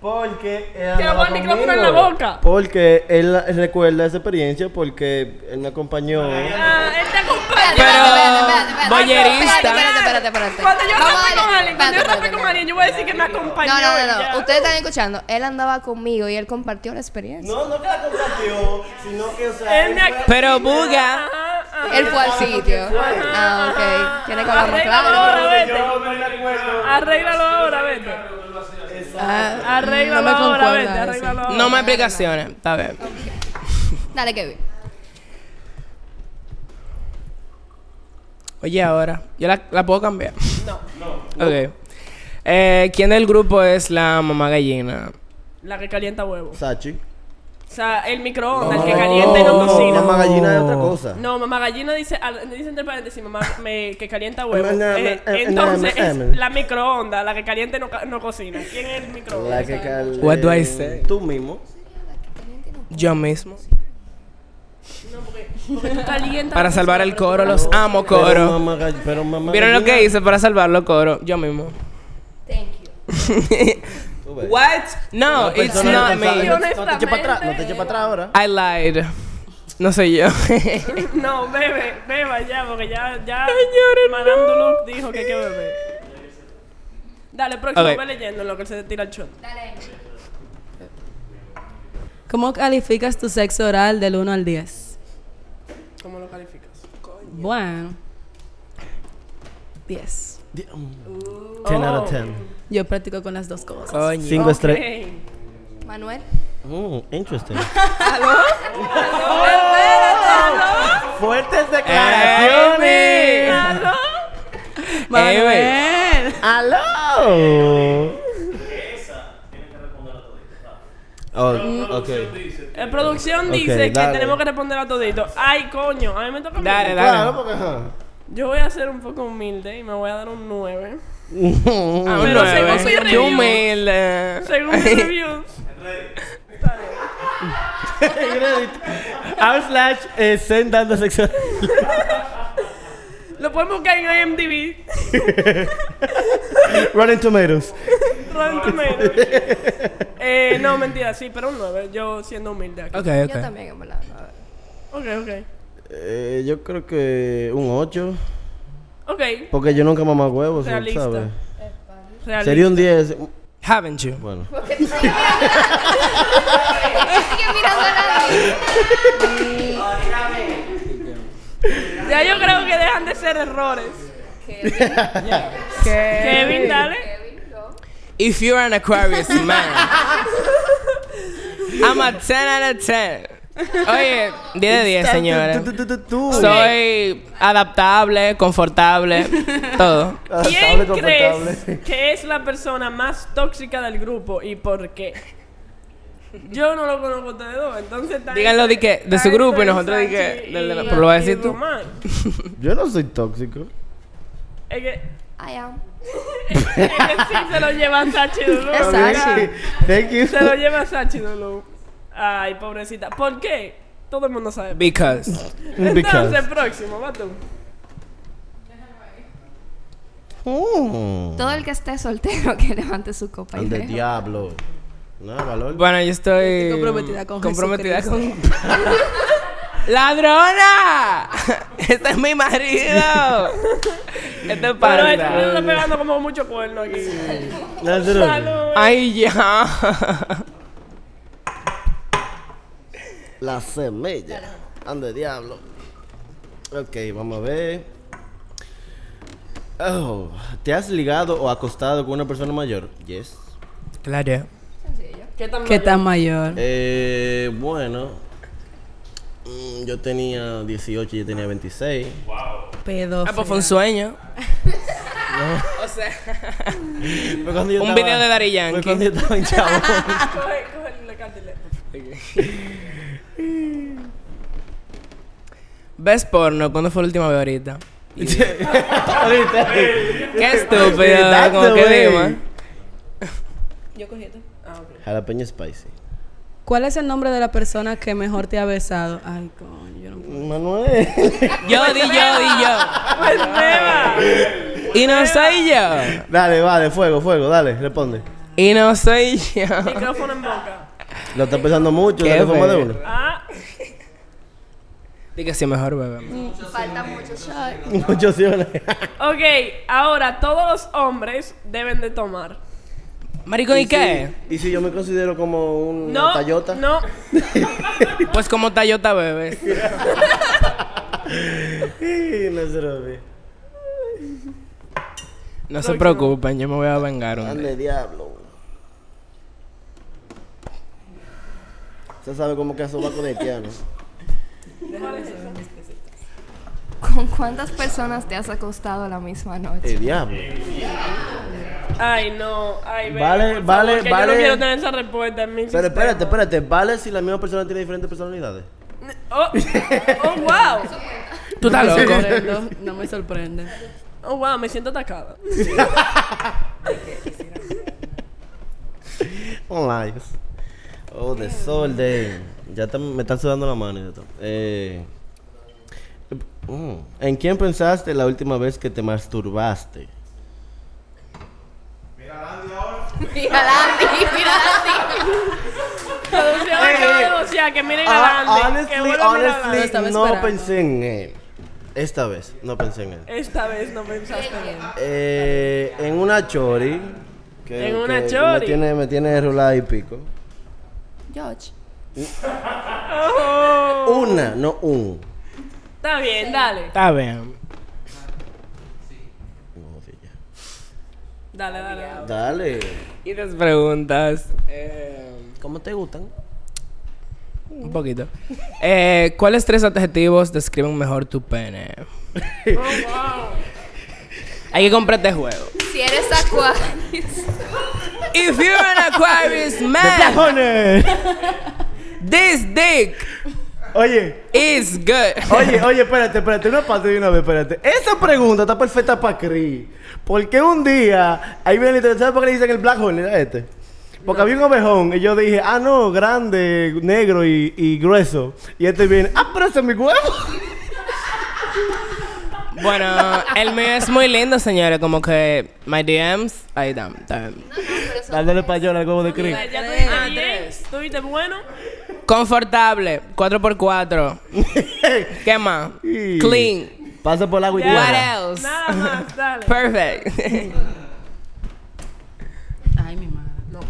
G: Porque él
F: Que le
G: andaba
F: ponga el micrófono en
G: conmigo.
F: la boca.
G: Porque él recuerda esa experiencia porque él me acompañó.
F: Ah, él te acompaña.
D: Pero- voyerista.
C: Espérate, espérate, espérate.
F: Cuando yo
C: Vamos
F: rapé
C: a-
F: con alguien, cuando
C: espérate,
F: yo rapé con
C: espérate.
F: alguien, yo voy a decir que me acompañó.
C: No, no,
F: y
C: no,
F: ya.
C: no. Ustedes están escuchando. Él andaba conmigo y él compartió la experiencia.
G: No, no que la compartió, sino que, o
F: Él me ac-
D: Pero Buga.
F: Ajá, ajá.
C: Él fue al sitio. Ah, ok. Tiene que hablar más
F: Arréglalo
C: claro.
F: ahora, vete.
G: no me acuerdo.
F: Arréglalo ahora, vete.
E: Ah, no
F: Arréglalo
E: me
F: ahora,
E: concuerda
F: vete.
E: eso.
F: Arréglalo ahora.
D: No más explicaciones. Está bien.
C: Dale, Kevin.
D: Oye, ahora. Yo la, la puedo cambiar.
F: No.
D: Ok. Eh, ¿Quién del grupo es la mamá gallina?
F: La que calienta huevos.
G: Sachi.
F: O sea, el microondas, el que calienta y no cocina.
G: Mamá gallina es otra cosa.
F: No, mamá gallina dice, al- dice entre paréntesis, mamá me, que calienta huevos.
G: Em, em,
F: Eh,
G: em, em,
F: entonces
G: em,
F: es
G: em.
F: la microonda, la que calienta y no, ca- no cocina. ¿Quién es el
G: La
F: microondas?
G: que cal- eh,
D: What do I say?
G: Tú mismo.
D: Yo mismo.
F: Calienta
D: Para
F: la
D: salvar el coro, los amo,
G: Pero
D: coro.
G: mamá, gall- pero mamá
D: ¿Vieron lo
G: gallina-
D: que hice para salvarlo, coro? Yo mismo.
C: Thank you.
G: Tú ves.
D: [laughs] What? No, it's
G: Persona
D: not
G: responsable.
D: me.
F: Yo
G: No te eches para atrás, no te
F: honestamente-
G: eches para atrás ahora.
D: I lied. No soy
G: [laughs]
D: yo.
F: persona. [laughs] No, bebe, beba ya, porque ya, ya Madame Duluth dijo que hay que beber. Dale, próximo,
D: Ok.
F: ve leyendo en lo que él se tira el shot.
C: Dale.
E: ¿Cómo calificas tu sexo oral del 1 al 10?
F: ¿Cómo lo calificas?
E: Bueno. 10.
G: 10 mm, out of
F: Oh.
G: 10.
E: Yo practico con las dos cosas.
D: Coño.
G: 5 estrellas.
F: Ey.
C: Manuel.
G: Mm,
F: [laughs]
G: interesting.
F: ¡Aló! Eh,
G: Fuertes
D: Eh, declaraciones.
F: ¡Aló!
E: Manuel.
G: ¡Aló! Oh, ok.
F: Eh, producción
G: Ok,
F: dice que
G: dale.
F: tenemos que responder a todito. Ay, coño, a mí me toca a mí.
D: Dale,
G: Claro,
D: dale.
G: porque ajá.
F: Yo voy a ser un poco humilde y me voy a dar un 9. [laughs]
D: Ah, un
F: Pero según mi
D: nueve. eh. Qué
F: review-
D: humilde. [laughs]
F: Según mi review.
G: Reddit. Out slash eh, send dando [laughs] sexual.
F: Lo pueden buscar en IMDb.
G: Running Tomatoes.
F: Rotten
D: [laughs]
F: Tomatoes. eh, no, mentira, sí, pero un 9. Yo siendo humilde aquí.
D: Ok,
C: Yo
D: ok.
C: también, en verdad. a ver. [laughs]
F: Ok, ok.
G: Eh, yo creo que un 8.
F: Ok.
G: Porque yo nunca mamá huevos, ¿sabes?
F: Realista. Realista.
G: Sería un 10.
D: Haven't you?
G: Bueno.
C: Sigue mirando a nadie.
F: Ya yo creo que dejan de ser errores.
D: Eh.
F: Kevin, dale.
C: [laughs]
D: If you're an Aquarius man, I'm a 10 out of 10. Oye, 10 de 10, señores.
G: Tú, tú, tú, tú, tú.
D: Soy adaptable, confortable, todo.
G: Adaptable,
F: ¿Quién
G: confortable.
F: crees que es la persona más tóxica del grupo y por qué? Yo no lo conozco a ustedes dos, entonces está
D: Díganlo de que- de su
F: está
D: grupo y
F: entre
D: nosotros de que-
F: Sanchi
D: del de la-
F: y-
D: pero lo vas a
F: y
D: decir tú.
F: Román.
G: Yo no soy tóxico.
F: Es que,
C: I am.
F: es que [laughs] sí se lo lleva Sachi Dulú.
C: Es
F: Ah.
C: Sachi.
G: Thank you.
F: Se lo lleva Sachi Dulú. Ay, pobrecita. ¿Por qué? Todo el mundo sabe.
D: Because.
F: Entonces,
G: [laughs] Because.
F: próximo, va tú.
G: Oh.
C: Todo el que esté soltero [laughs] que levante su copa y
G: Al de
C: beba.
G: diablo. No, valor.
D: Bueno, yo estoy.
E: comprometida con
D: comprometida con.
E: Jesucristo.
D: [laughs] ¡Ladrona! [laughs] ¡Este es mi marido! Este es
F: Pero
D: para.
F: este me está pegando como mucho cuerno aquí.
G: Lázaro.
F: Salud.
D: Ay, ya.
G: La semilla. Ande diablo. Ok, vamos a ver. Oh, ¿te has ligado o acostado con una persona mayor? Yes.
D: Claro.
E: ¿Qué tan mayor?
G: Eh, bueno. mm, Yo tenía 18 y yo tenía 26.
E: Pedo.
D: Ah, pues fue un sueño. O sea,
G: Fue cuando yo
D: Un
G: estaba-
D: video de Daddy
G: Fue
D: Yankee.
G: cuando yo estaba
D: [laughs]
G: en chavo.
F: Coge, coge la cartelera.
D: ¿ves porno? ¿Cuándo fue la última vez ahorita?
G: Ahorita.
D: Qué
G: [laughs]
D: estúpido.
G: That's
D: como
G: the
D: que
G: way.
D: digo.
F: Yo cogí esto. Ah, ok.
G: Jalapeño spicy.
E: ¿Cuál es el nombre de la persona que mejor te ha besado? Ay, coño, yo no puedo.
G: Manuel. [laughs]
D: Yo di yo di yo.
G: Ah.
F: Pues Beba.
D: Y no soy yo.
G: dale, vale, fuego, fuego, dale, responde.
D: Y no soy yo.
F: Micrófono en boca.
G: Lo está pensando mucho,
D: Qué
G: dale forma de
D: feo.
G: uno.
F: Ah,
D: Diga si mejor bebé.
C: Falta mucho shot.
G: [laughs] Muchos sí, ¿verdad?
F: ok, ahora todos los hombres deben de tomar.
D: Maricón, ¿y qué?
G: ¿Y si yo me considero como una
F: No,
G: tallota? [laughs]
F: no,
D: Pues como Tayota bebes.
G: Sí, no se lo ve.
D: No se preocupen, yo me voy a vengar un día.
G: Ande diablo. Se sabe cómo que eso va con haitiano.
C: ¿Con cuántas personas te has acostado la misma noche?
G: El diablo.
F: ay no, ay Beba,
G: Vale,
F: por
G: vale,
F: favor, que Yo
G: vale.
F: no quiero tener esa respuesta en mi
G: Pero
F: sistema.
G: espérate, espérate, ¿vale si la misma persona tiene diferentes personalidades?
F: Oh, oh wow,
D: Tú estás
E: No me
D: loco.
E: sorprendo, No me sorprende.
F: oh wow, me siento atacada.
G: Oh, lies. Oh, desorden. Ya está- me están sudando la mano. y de todo. Eh, mm, ¿En quién pensaste la última vez que te masturbaste?
C: Mira, Landy, [laughs] mira, Landy.
F: Producción acaba de vocear que miren
G: Ah,
F: adelante. que vuelva a mirar adelante.
E: estaba
G: honestly, no
E: esperando.
G: pensé en él. Esta vez, no pensé en él.
F: Esta vez no pensaste bien.
G: Eh, en una chori. que-
F: En una
G: que
F: chori.
G: Me tiene, me tiene rulada y pico.
C: George.
F: Oh.
G: Una, no un.
F: Está bien, dale,
D: Está bien.
G: No, sí, ya.
F: dale, dale. dale.
G: Dale.
D: Y las preguntas. eh,
G: ¿Cómo te gustan?
D: un poquito. Eh, ¿Cuáles tres adjetivos describen mejor tu pene? Oh, Hay que comprar este juego.
C: Si eres [laughs] Aquarius.
D: If you're an Aquarius man,
F: [laughs]
D: this dick
G: Oye,
D: is good.
G: oye, oye, espérate, espérate. Una parte de una vez, espérate. Esa pregunta está perfecta para Cris. Porque un día, ahí viene el interesante, ¿sabes por qué le dicen el black hole a este? Porque había un ovejón y yo dije, ah, no, grande, negro y, y grueso. Y este viene, ah, pero ese es mi huevo.
D: Bueno, el mío es muy lindo, señores. Como que my DMs, ahí están. están.
G: Dándole payola al huevo de
F: [laughs]
G: Cris.
F: Ya
E: Tres.
F: tuviste
E: Ah,
F: bien, tuviste bueno.
D: Confortable, 4x4. ¿Qué más?
G: Y-
D: Clean.
G: Pasa por la agua y
F: Ya.
D: What
G: tierra.
D: else?
F: Nada
G: [laughs]
F: más, dale.
D: Perfect.
E: Ay, mi madre.
C: No,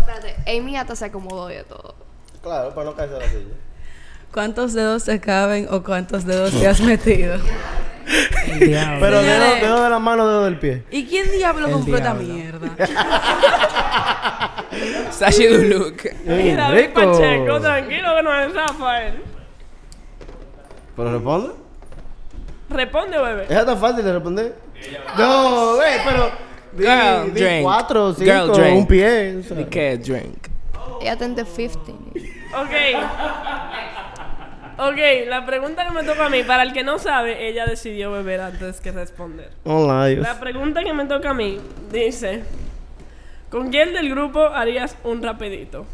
C: espérate. Amy hasta se acomodó de todo.
G: Claro, para no caerse la silla.
E: ¿Cuántos dedos te caben o cuántos dedos te has metido?
D: [laughs]
G: Pero dedo,
E: Señores.
G: dedo de la mano, dedo del pie.
E: ¿Y quién diablo
D: El
E: compró esta
D: diablo.
E: mierda?
D: Sashi Duluk.
G: Ey,
F: David
G: rico.
F: Pacheco, tranquilo que no es Rafael.
G: ¿Pero responde?
F: Responde, bebé.
G: ¿Esa tan fácil de responder? No, güey, pero... Di,
D: Girl,
G: di
D: drink.
G: cuatro, cinco,
D: Girl, drink.
G: un pie. o sea.
D: ¿Y qué? Drink.
C: Ella está entre 15.
F: Ok. Ok, la pregunta que me toca a mí, para el que no sabe, ella decidió beber antes que responder.
G: Hola, Oh, Dios.
F: La pregunta que me toca a mí dice: ¿Con quién del grupo harías un rapidito?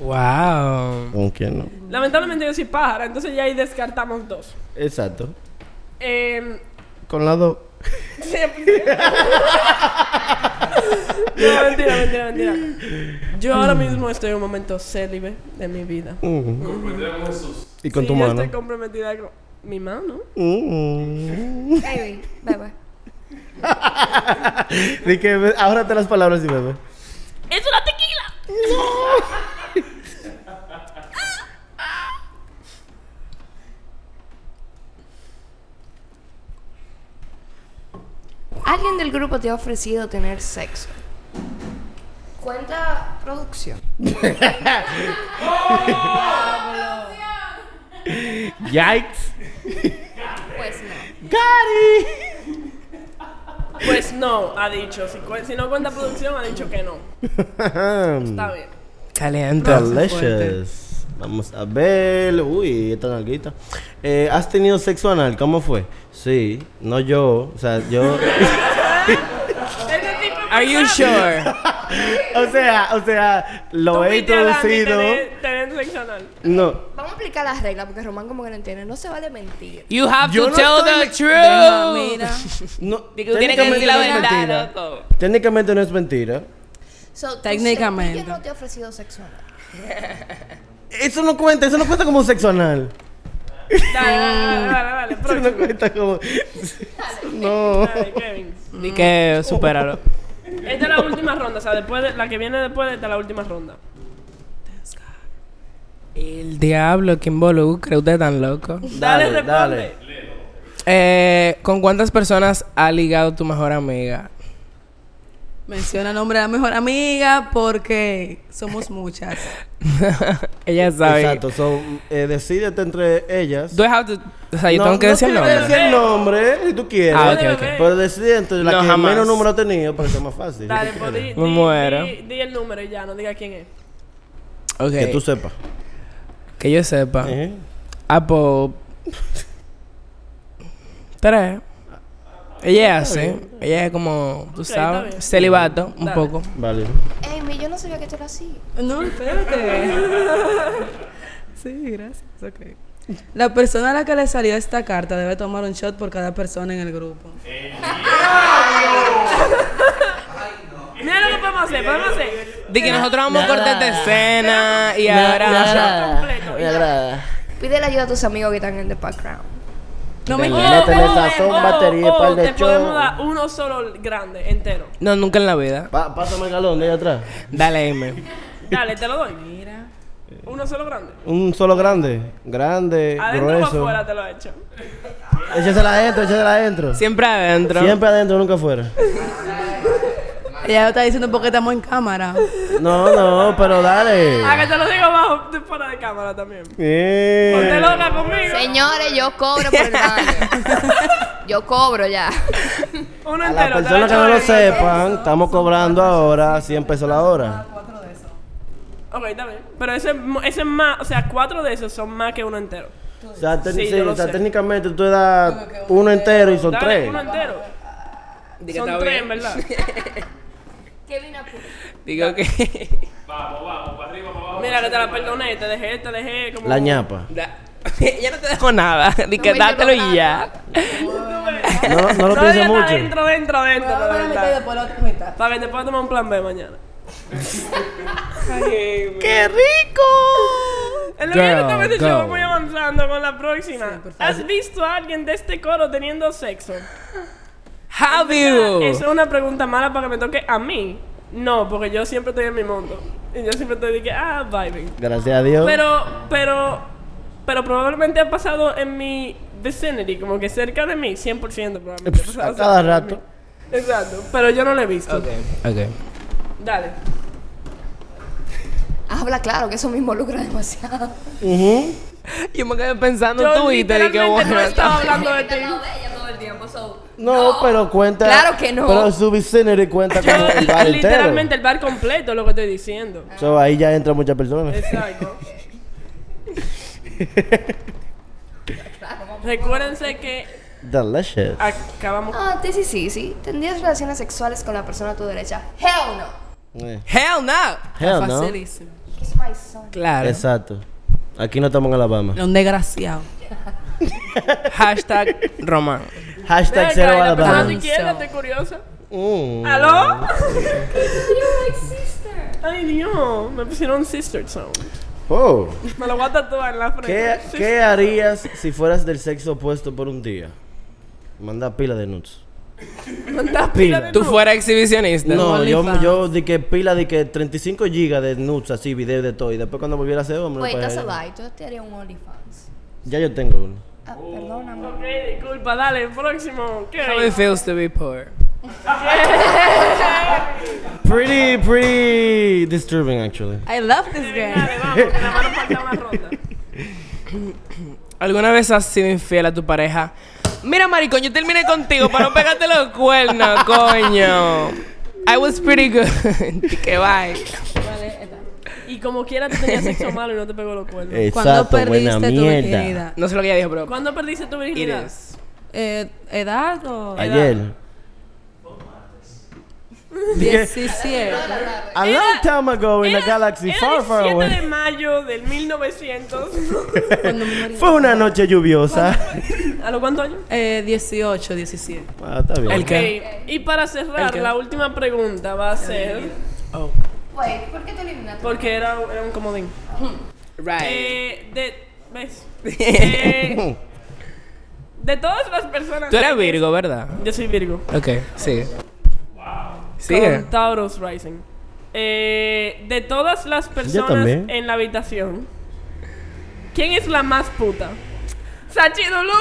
D: Wow.
G: ¿Con quién no?
F: Lamentablemente yo soy pájara, entonces ya ahí descartamos dos.
G: Exacto.
F: Eh,
G: Con las dos.
F: no, mentira, mentira, mentira. Yo ahora mismo estoy en un momento célibe de mi vida.
G: Mm. Y con
F: Sí, yo
G: tu mano.
F: Estoy comprometida con mi mano.
G: Mm.
C: Baby, bebé.
G: Di que ve- ahórrate las palabras y bebé.
F: ¡Es una tequila!
C: ¿Alguien del grupo te ha ofrecido tener sexo? Cuenta producción.
G: Yikes.
C: Pues no.
G: Gary.
F: Pues no, ha dicho. Si, cu- si no cuenta producción, ha dicho que no.
G: [laughs]
F: Está bien.
D: Caliente.
G: Delicious. Vamos a ver. Uy, esta nalguita. Eh, ¿Has tenido sexo anal? ¿Cómo fue? Sí. No yo. O sea,
F: [laughs]
G: yo.
F: Este tipo de
D: Are you
F: personas-
D: sure?
G: o sea, o sea,
F: Tú
G: lo he
F: viste a Dani
G: introducido.
F: tener- tener sexo anal.
G: No.
C: Vamos a aplicar las reglas porque Román como que no entiende. No se vale mentir.
D: You have
G: Yo
D: to
G: no
D: tell
G: estoy-
D: the truth.
E: mira.
G: No,
D: Porque tú tienes que decir la
G: no es
D: verdad,
G: mentira.
D: loco.
G: Técnicamente no es mentira.
C: So, tú-
E: Técnicamente.
C: ella no te ha ofrecido sexo anal.
G: Eso no cuenta, eso no cuenta como sexo anal.
F: Dale, dale, dale, dale, dale,
G: Eso no
F: próximo.
D: [laughs]
G: cuenta como. No.
F: Dale, Kevin.
D: Di que superalo.
F: Esta es la última ronda, o sea, después de- la que viene después de esta es la última ronda.
D: El diablo que involucra, usted tan loco.
F: Dale,
G: Dale, dale.
F: responde.
D: Eh, ¿Con cuántas personas ha ligado tu mejor amiga?
E: Menciona el nombre de la mejor amiga porque somos muchas.
D: Ella sabe.
G: Exacto, so, eh, decídete entre ellas.
D: Do I have to- o sea, yo
G: No-
D: tengo que
G: no
D: decir el
G: tienes que
D: nombre.
G: decir el nombre, si tú quieres.
D: Ah, ok,
F: Dale,
D: ok.
F: bebé.
G: Pero decide entre la
D: No,
G: que
D: jamás.
G: menos número ha tenido para que sea más fácil.
F: Dale, pues di, di-
D: Me muero.
F: di- di el número y ya, no diga quién es.
D: Ok.
G: Que tú sepas.
D: Que yo sepa.
G: Ejé.
D: Ah, pues. Tres. eh. Ella hace. Ella es como, tú
F: está
D: sabes,
F: bien.
D: celibato, un
F: Dale.
D: poco.
G: Vale.
C: Amy, yo no sabía que tú eras así.
E: No, espérate. sí, gracias. Ok. La persona a la que le salió esta carta debe tomar un shot por cada persona en el grupo.
F: Mira lo que podemos hacer, podemos hacer.
D: De que nosotros vamos a cortar esta escena y ahora.
F: Completo. y ya.
C: Pídele ayuda a tus amigos que están en el background.
E: No me
G: Dale.
E: quiero.
G: Métele
F: Oh,
G: sazón,
F: oh,
G: batería,
F: oh,
G: par de
F: Te podemos
G: chon.
F: dar uno solo grande, entero.
D: No, nunca en la vida.
G: Pa- pásame el galón de ahí atrás.
D: Dale, M.
F: Dale, te lo doy. Mira. Uno solo grande.
G: Un solo grande. Grande,
F: Adentro o
G: grueso.
F: afuera te lo he hecho.
G: Échasela adentro, échasela adentro.
D: Siempre adentro.
G: Siempre adentro, nunca afuera.
E: Ella lo está diciendo porque estamos en [laughs] cámara.
G: No, no, pero dale.
F: Ah, que te lo digo bajo, de- fuera de cámara también. Ponte
G: Eh.
F: loca conmigo.
C: Señores, yo cobro [laughs] por el baño. Yo cobro ya.
F: Uno
G: A las
F: entero. te
G: personas que
F: lo
G: no
F: he
G: lo
F: hecho de-
G: sepan, estamos cobrando ahora 100 pesos la hora.
F: Ok, está bien. Pero ese, ese es más, o sea, cuatro de esos son más que uno entero.
G: O sea, te-
F: Sí,
G: sí,
F: yo lo
G: o sea,
F: sé.
G: técnicamente tú das uno entero y son
F: Dale,
G: tres.
F: uno entero.
D: Digo,
F: Son tres, en ¿verdad?
C: Kevin
D: [laughs] Digo que.
F: Mira, que te la perdoné, te dejé, te dejé como...
G: La ñapa.
D: Da- [laughs] Ella no te dejó nada. [laughs] Di que
C: me
D: dátelo
C: llevó
D: y ya.
G: No, no lo
F: No,
G: pienses
F: ya está
G: mucho.
F: dentro, dentro, dentro, la verdad.
E: después la otra mitad.
F: Para que te pueda tomar un plan B mañana.
D: ¡Qué rico!
F: En lo que yo
D: Girl,
F: también
D: go.
F: voy avanzando con la próxima. ¿Has visto a alguien de este coro teniendo sexo?
D: Have you?
F: Eso es una pregunta mala para que me toque a mí. No, porque yo siempre estoy en mi mundo. Y yo siempre te dije, ah, vibing.
G: Gracias a Dios.
F: Pero, pero, pero probablemente ha pasado en mi vicinity, como que cerca de mí, 100% probablemente. ha
G: Pff,
F: pasado
G: a cada
F: cerca de
G: rato.
F: mí. Exacto, pero yo no lo he visto.
D: Ok.
F: Dale.
C: Habla claro, que eso me involucra demasiado.
D: Yo me quedé pensando en
F: Yo
D: tu y te dije,
F: literalmente
D: bueno,
F: no estaba
D: está-
F: hablando de ti.
C: todo el tiempo, so,
G: No, pero cuenta.
C: Claro que no.
G: Pero su vicinity cuenta con
F: Yo,
G: el bar
F: Ah, literalmente
G: entero.
F: el bar completo, es lo que estoy diciendo.
G: So, ahí ya entran muchas personas. [laughs]
F: Exacto. Recuérdense que
G: Delicious.
F: acabamos.
C: Ah, sí, sí, sí, sí. ¿Tendrías relaciones sexuales con la persona a tu derecha? Hell no.
G: Eh,
D: Hell no.
G: Hell no.
E: Facilísimo.
C: He's my son.
D: Claro.
G: Exacto. Aquí no estamos en Alabama.
E: Era Un desgraciado.
D: Hashtag Román.
G: Hashtag
F: Venga,
G: cero
F: y la persona a
G: Alabama.
F: tu
E: Alabama.
F: izquierda, estoy curiosa.
G: Mm.
F: ¿Aló?
C: You're my sister.
F: Ay, Dios, me pusieron Sister Sound.
G: Oh.
F: Me lo voy a tatuar en la
G: ¿Qué,
F: frente. Sí.
G: qué harías si fueras del sexo opuesto por un día? Manda pila de nuts.
F: Manda pila de
D: Tú
F: nudes.
D: fueras exhibicionista.
G: No, yo,
E: OnlyFans.
G: yo di que pila de que 35 gigas de nuts, así, video de todo. Y después cuando volviera a ser hombre,
C: Wait,
G: pues,
C: that's a
G: ya-
C: lie. Yo te haría un OnlyFans.
G: ya yo tengo uno.
C: Ah, perdóname.
F: Ok, disculpa, dale, próximo. ¿Qué?
D: How it feels to be poor.
G: Pretty, pretty disturbing, actually.
E: I love this girl.
F: Dale, vamos, que nada más nos falta una ronda.
D: ¿Alguna vez has sido infiel a tu pareja? Mira, maricón, yo terminé contigo para no pegarte los
F: [laughs]
D: cuernos, coño. I was pretty good. [laughs] que bye.
F: Y como quiera, tú tenías sexo malo y no te pegó los cuernos.
E: Cuando
G: Exacto, buena
E: perdiste tu
G: mierda.
E: virginidad?
D: No sé lo que ella dijo, pero.
F: ¿Cuándo perdiste tu
D: It
F: virginidad?
D: is.
E: Eh, ¿Edad o...?
G: Ayer.
E: 17.
G: A long time ago in a galaxy
F: Era
G: far,
F: el
G: far
F: 7 de
G: away.
F: mayo del 1900.
E: Cuando me morí.
G: [laughs] Fue una noche lluviosa.
F: [laughs] ¿A los cuántos años?
E: Eh, 18, 17.
G: [laughs] Ah, está bien.
D: El que.
F: Ok, Y para cerrar,
D: qué?
F: la última pregunta va a ser.
C: Wait, ¿por qué te eliminaste?
F: Porque era, era un comodín.
D: Right.
F: Eh, de.
D: [laughs]
F: ¿Ves? Eh, de todas las personas.
D: Tú eres Virgo, ¿verdad?
F: Yo soy Virgo.
D: Ok, sigue. Sigue.
F: Con Taurus Rising. Eh, de todas las personas
G: también.
F: en la habitación, ¿quién es la más puta? ¡Sachi Dulú!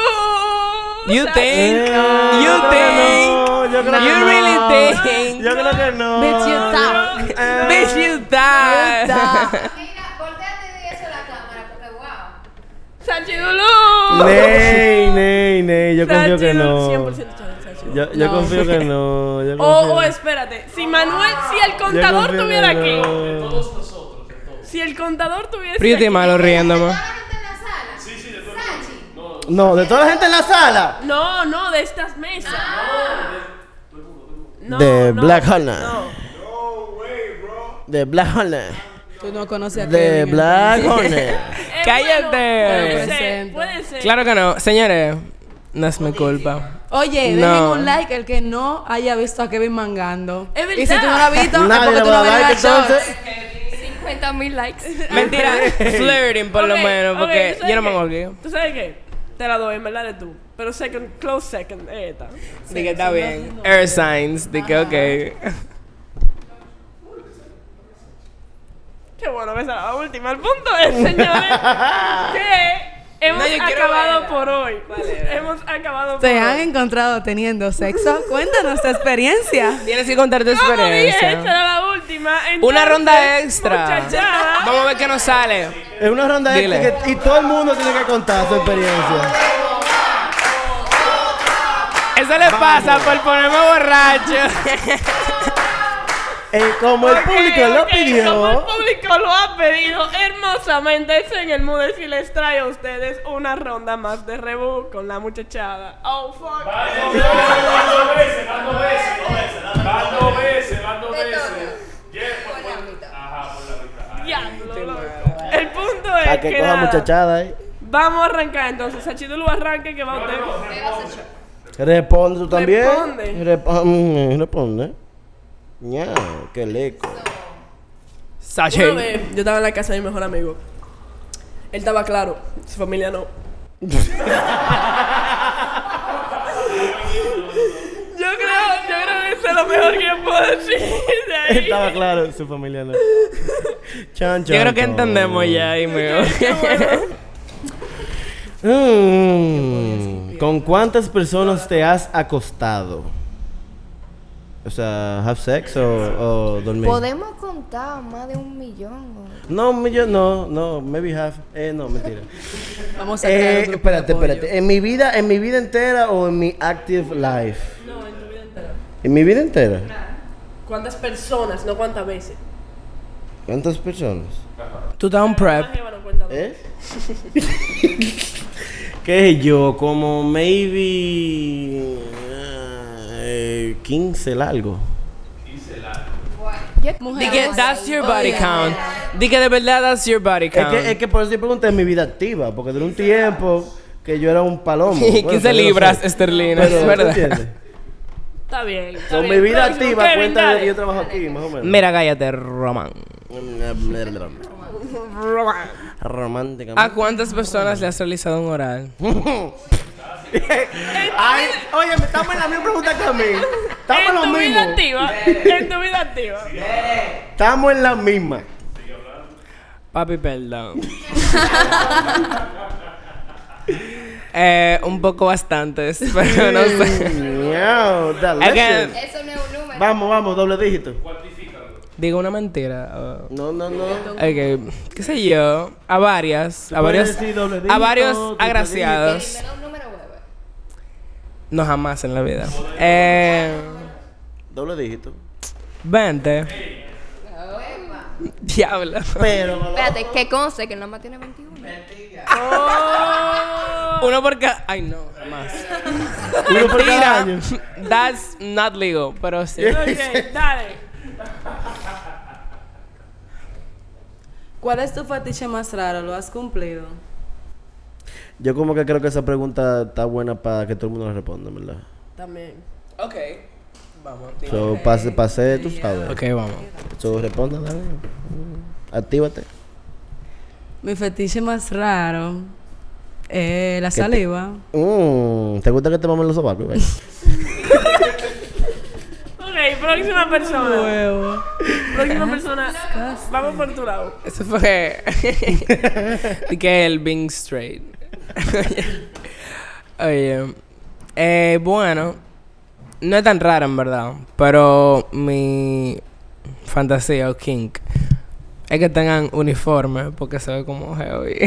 D: You
F: Sachi-
D: think.
G: Eh,
D: You
G: yo creo que no, yo
D: think.
G: creo que
D: You
G: no.
D: really think.
G: Yo creo que no.
E: Bitch, you talk.
G: Eh,
D: Bitch, Ah. you die.
C: [laughs] Mira, volteate de eso a la cámara, porque wow.
F: ¡Sachi Dulú!
G: Ney, ney, ney, yo confío que no.
F: 100% Sachi Dulú.
G: Yo, yo confío que no. Yo
F: O,
G: confío-
F: o espérate, si Manuel, si el
G: yo
F: contador
G: confío que
F: tuviera aquí.
G: no.
F: Si el contador tuviera
D: [laughs] Pero yo estoy
F: aquí-
D: malo riéndome.
C: en la sala? Sí, sí, de todo. Sachi.
G: No, de toda la gente en la sala.
F: No, no, de estas mesas. No,
G: De
F: no,
G: Black Hannah.
F: No.
G: De Black Hornet.
E: Tú no conoces a
G: De
E: Kevin, ¿eh? [laughs]
G: Black
E: entonces.
G: Hornet.
F: Eh,
D: Cállate.
F: bueno, puede ser,
E: Presento.
F: puede ser.
D: Claro que no. Señores, no es mi culpa.
E: Oye,
D: No.
E: dejen un like el que no haya visto a Kevin mangando.
F: Es
E: Y si tú no lo
F: verdad.
E: has visto, es
G: Nadie
E: porque
G: le
E: tú
G: va
E: no
G: a
E: ves
G: dar like,
E: las shorts.
G: entonces.
C: 50 mil likes.
F: [laughs]
D: Mentira, flirting por lo
F: Ok,
D: menos,
F: ok,
D: porque
F: ¿tú sabes
D: yo no me
F: qué?
D: engolgué.
F: ¿Tú sabes qué? Te la doy, en verdad de tú. Pero second, close second, es esta.
D: Dije, está bien. Air signs,
F: Ah.
D: dije, ok.
F: [laughs] Qué bueno que esa era la última. El punto
D: [laughs]
F: es, señores, que hemos
D: yo quiero
F: acabado
D: bailar.
F: por hoy.
D: ¿Cuál era?
F: Hemos acabado por
E: ¿Te
F: hoy.
E: han encontrado teniendo sexo? Cuéntanos tu experiencia.
D: Tienes que contar tu
F: Como dije, esta
D: experiencia.
F: era la última.
D: Una
F: entonces,
D: ronda extra.
F: muchachada,
D: Vamos a ver qué nos sale.
G: Es una ronda
D: Dile.
G: extra que- y todo el mundo tiene que contar su experiencia.
D: Eso le pasa por ponerme
F: [laughs]
D: borracho.
G: Eh, como el
F: Ok,
G: público lo
F: ok, Como el
G: pidió,
F: público lo ha pedido hermosamente, es en el Moody's y les trae a ustedes una ronda más de rebu con la muchachada. Oh, fuck. Diablo, loco. El punto es
G: para
F: que,
G: que coja
F: nada,
G: muchachada, eh.
F: vamos a arrancar entonces. Sachidulu arranque que va usted.
G: Responde tú también.
F: Responde.
G: Repo- [laughs] mm, responde. Ya, qué leco.
F: Una
D: Sache.
F: vez, yo estaba en la casa de mi mejor amigo. Él estaba claro, su familia
G: [laughs]
F: no. yo creo, yo creo que eso es lo mejor que yo puedo decir de ahí.
G: Estaba claro, su familia no. Chan,
D: Yo
G: chan,
D: creo que
G: chan.
D: entendemos ya y me
F: [laughs]
G: Mm, ¿Con cuántas personas te has acostado? O sea, have sex o, o dormir.
C: Podemos contar más de un millón. güey.
G: No, yo no, no, maybe half. Eh, no, mentira.
E: [laughs] Vamos a crear
G: Eh,
E: un grupo de
G: espérate,
E: apoyo.
G: espérate. En mi vida, en mi vida entera o en mi active life.
F: No, en tu vida entera.
G: En mi vida entera.
F: ¿Cuántas personas? No cuántas veces.
G: ¿Cuántas personas?
D: Tú estás un
F: La
D: prep.
F: jeva no cuenta dos. [laughs]
G: ¿Eh? ¿Qué sé yo? Como maybe eh, 15 largo.
C: Yo-
E: Mujer,
D: Di que
E: vamos a-
D: that's your body
E: Oye.
D: count. Di que de verdad that's your body
G: Es
D: count.
G: que, es que por eso yo pregunté en mi vida activa, porque duró un tiempo que yo era un
D: [laughs]
G: palomo. Bueno,
D: 15
G: todavía lo
D: libras
G: soy.
D: esterlinas,
G: Pero,
F: [laughs]
G: ¿tú
D: ¿verdad?
G: entiendes?
F: Está bien. está
G: Con mi
F: bien.
G: vida
F: Próximo,
G: activa
F: Kevin,
G: cuenta de
F: dale.
G: que yo trabajo aquí, más o menos.
D: Mira, cállate, Román.
G: [laughs] Romántica. [laughs]
D: ¿A cuántas personas le has realizado un oral?
G: Ay, oye, estamos en la misma pregunta que a mí. Estamos
F: En
G: en lo
F: tu vida
G: mismo.
F: activa. En tu vida activa.
G: Estamos en la misma.
D: Papi, perdón. [laughs] eh, un poco bastantes, [laughs] pero [laughs] no sé.
G: Miau, that
D: Again.
G: lesson.
C: Eso no es un número.
G: Vamos, vamos, doble dígito.
D: Digo una mentira. o-
G: No, no, no.
D: Ok, qué sé yo. A varias. A varios.
G: Puedes decir doble
D: A
G: dígito,
D: varios
G: triple
D: agraciados.
C: Primero un número huevo.
D: No jamás en la vida. Eh,
G: dígito. Doble dígito.
D: 20. Diablo.
G: Pero.
C: Espérate, que conste que el nomás tiene 21.
D: Eh. Uno por cada. Ay, no, jamás.
G: Uno por cada
D: Mentira.
G: año.
D: That's not legal, pero sí.
F: Ok, dale.
E: ¿Cuál es tu fetiche más raro? ¿Lo has cumplido?
G: Yo como que creo que esa pregunta está buena para que todo el mundo la responda, en ¿verdad?
F: También.
D: Ok. Vamos.
G: So, pase, pase, tú sabes.
D: Ok, vamos.
G: So, responda, dale. Mm, Actívate.
E: Mi fetiche más raro eh, la
G: te-
E: saliva.
G: Mm, ¿Te gusta que te mamen los sobacos? güey?
F: Ok, próxima persona.
E: Huevo.
F: Próxima persona. Vamos por tu lado.
D: Eso fue. [laughs] de que el being straight. [laughs] Oye. eh, bueno. No es tan rara en verdad. Pero mi fantasía o kink es que tengan uniforme porque se ve como heavy.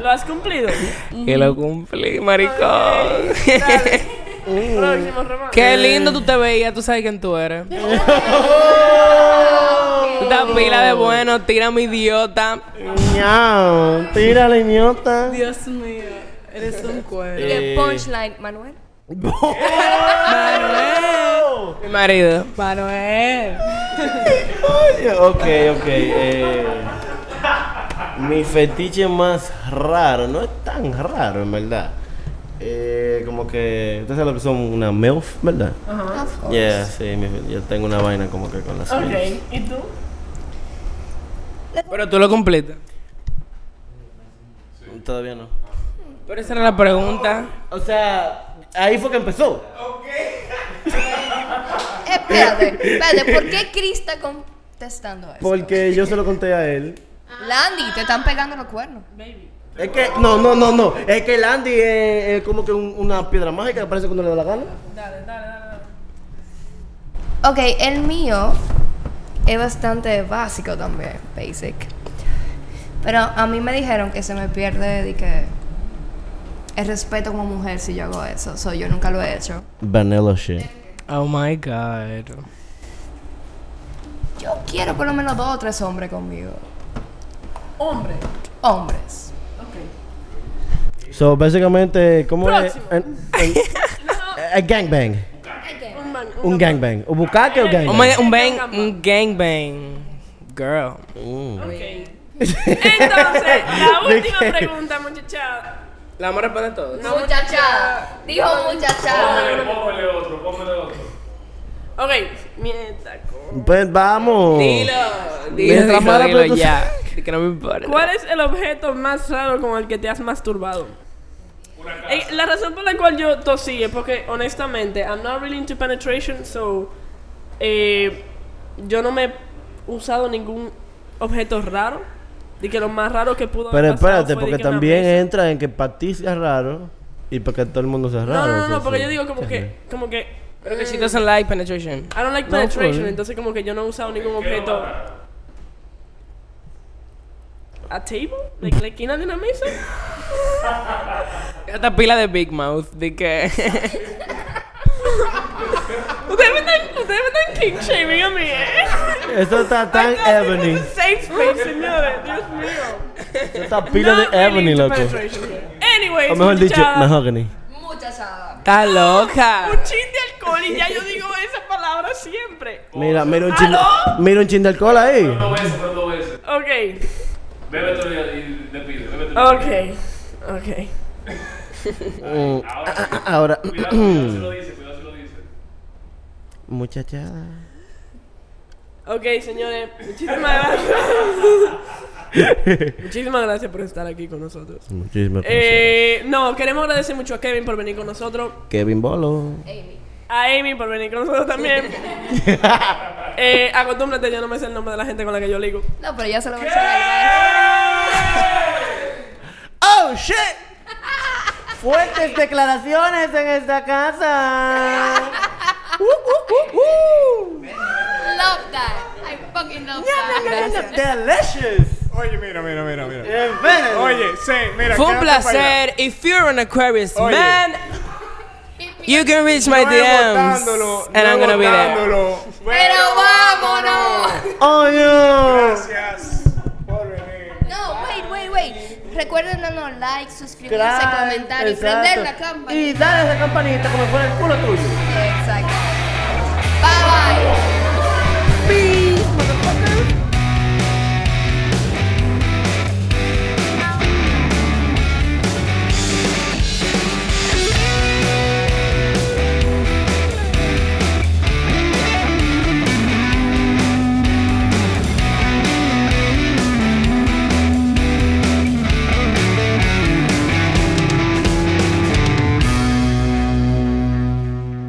D: [laughs]
F: ¿Lo has cumplido?
D: y lo cumplí, maricón.
F: Ok, dale. Próximo Román.
G: Eh.
D: Qué lindo tú te veías, tú sabes quién tú eres. Tú estás pila de bueno, tira mi idiota.
G: [laughs] Miau, tira la idiota. [laughs]
E: Dios mío, eres un cuero.
C: El punchline, Manuel.
G: Manuel.
D: Mi marido.
E: Manuel.
G: Oye, ok, ok. eh, mi fetiche más raro, no es tan raro en verdad. Eh, como que. Ustedes saben lo que son una MILF, ¿verdad? Ajá. Yeah, sí, mi- yo tengo una vaina como que con las MILFs.
F: Ok, ¿y tú?
D: Pero tú lo cumpliste.
G: Todavía no.
D: Pero esa era la pregunta.
G: O sea, ahí fue que empezó.
C: Espérate, espérate, ¿por qué Chris está contestando eso?
G: Porque yo se lo conté a él.
C: Landy, te están pegando los cuernos.
G: Es que, no, no, no, no. Es que el Andy es, es como que un- una piedra mágica que aparece cuando le da la gana.
C: Ok, el mío es bastante básico también, basic. Pero a mí me dijeron que se me pierde de que el respeto como mujer si yo hago eso. So, yo nunca lo he hecho.
G: Vanilla shit.
D: Oh my god.
C: Yo quiero por lo menos dos o tres hombres conmigo.
F: Hombre.
C: Hombres.
G: So, básicamente, ¿cómo es?
F: Próximo.
G: Un-
F: [laughs]
G: un- eh, gangbang.
F: Un man. un-
G: Un gangbang. ¿O bucaque o
D: Oh my,
G: gangbang?
D: un bang, un gangbang. Girl.
F: Ok. Entonces, la última pregunta, muchacha.
D: La vamos a responder todos.
C: Muchacha. Dijo muchacha.
F: Ok, mierda. co-
G: Pues vamos.
D: Dilo, dilo,
G: Mientras
D: dilo,
G: más rápido
D: dilo
G: tú
D: ya. Que no me importa.
F: ¿Cuál es el objeto más raro con el que te has masturbado? Eh, la razón por la cual yo tosí es porque, honestamente, I'm not really into penetration, so. eh, yo no me he usado ningún objeto raro. De que lo más raro que pudo
G: Pero
F: haber pasado
G: espérate,
F: fue de
G: porque
F: que una
G: también
F: mesa.
G: entra en que para ti sea raro y para que todo el mundo sea
F: No,
G: raro.
F: no, no,
G: so,
F: porque
G: sí.
F: yo digo como
G: Sí,
F: que, como que
D: Pero que she doesn't like penetration.
F: I don't like
D: No,
F: penetration,
D: pues.
F: entonces como que yo no he usado ningún objeto. ¿A table? Like, ¿La esquina de una mesa?
D: Esta pila de Big Mouth, de que... [laughs]
F: Ustedes me están, ustedes me están king shaming a mí, ¿eh?
G: Eso está tan Ebony.
F: It's a safe space, señores. Dios mío.
G: Eso está pila de
F: Not really
G: Ebony,
F: into
G: loco.
F: penetration here. Anyways,
G: O mejor dicho,
F: muchachadas,
G: Mahogany.
C: Muchachada.
D: Está loca.
F: Un chin de alcohol y ya yo digo esa palabra siempre.
G: Mira, mira un chin,
F: ¿Aló?
G: mira un chin de alcohol ahí.
A: Dos veces, fueron dos veces.
F: Ok,
A: Bébetelo y y despide. Bébetelo.
F: ok, ok.
G: Mm, ah, ah, Ahora,
A: Cuidado, cuidado si lo dice, cuidado si lo dice.
G: muchachada.
F: Ok, señores, muchísimas gracias.
G: [laughs]
F: muchísimas gracias por estar aquí con nosotros.
G: Muchísimas gracias.
F: Eh, no, queremos agradecer mucho a Kevin por venir con nosotros,
G: Kevin Bolo.
C: Amy.
F: a Amy por venir con nosotros también. eh, acostúmbrate, yo no me sé el nombre de la gente con la que yo ligo.
C: No, pero ya se lo voy a enseñar.
G: ¡Oh, shit! Fuertes declaraciones en esta casa. Uh,
C: Love that. I fucking love that.
G: Delicious.
B: Oye, mira, mira, mira, mira.
G: Envenenado.
B: Oye, sí, mira.
D: Fue un
B: quédate pa' allá.
D: placer. If you're an Aquarius
B: Oye.
D: man, you can reach my
B: No es botándolo,
D: DMs. And
B: no
D: I'm gonna be there.
B: botándolo.
C: Pero vámonos.
G: Oh, no.
B: Gracias por venir.
C: No, wait, wait, wait. Recuerden darnos like, suscribirse,
G: Claro,
C: comentar y
G: exacto.
C: prender la cámara.
G: Y dale esa campanita como fuera el culo tuyo.
C: Exacto. Bye bye.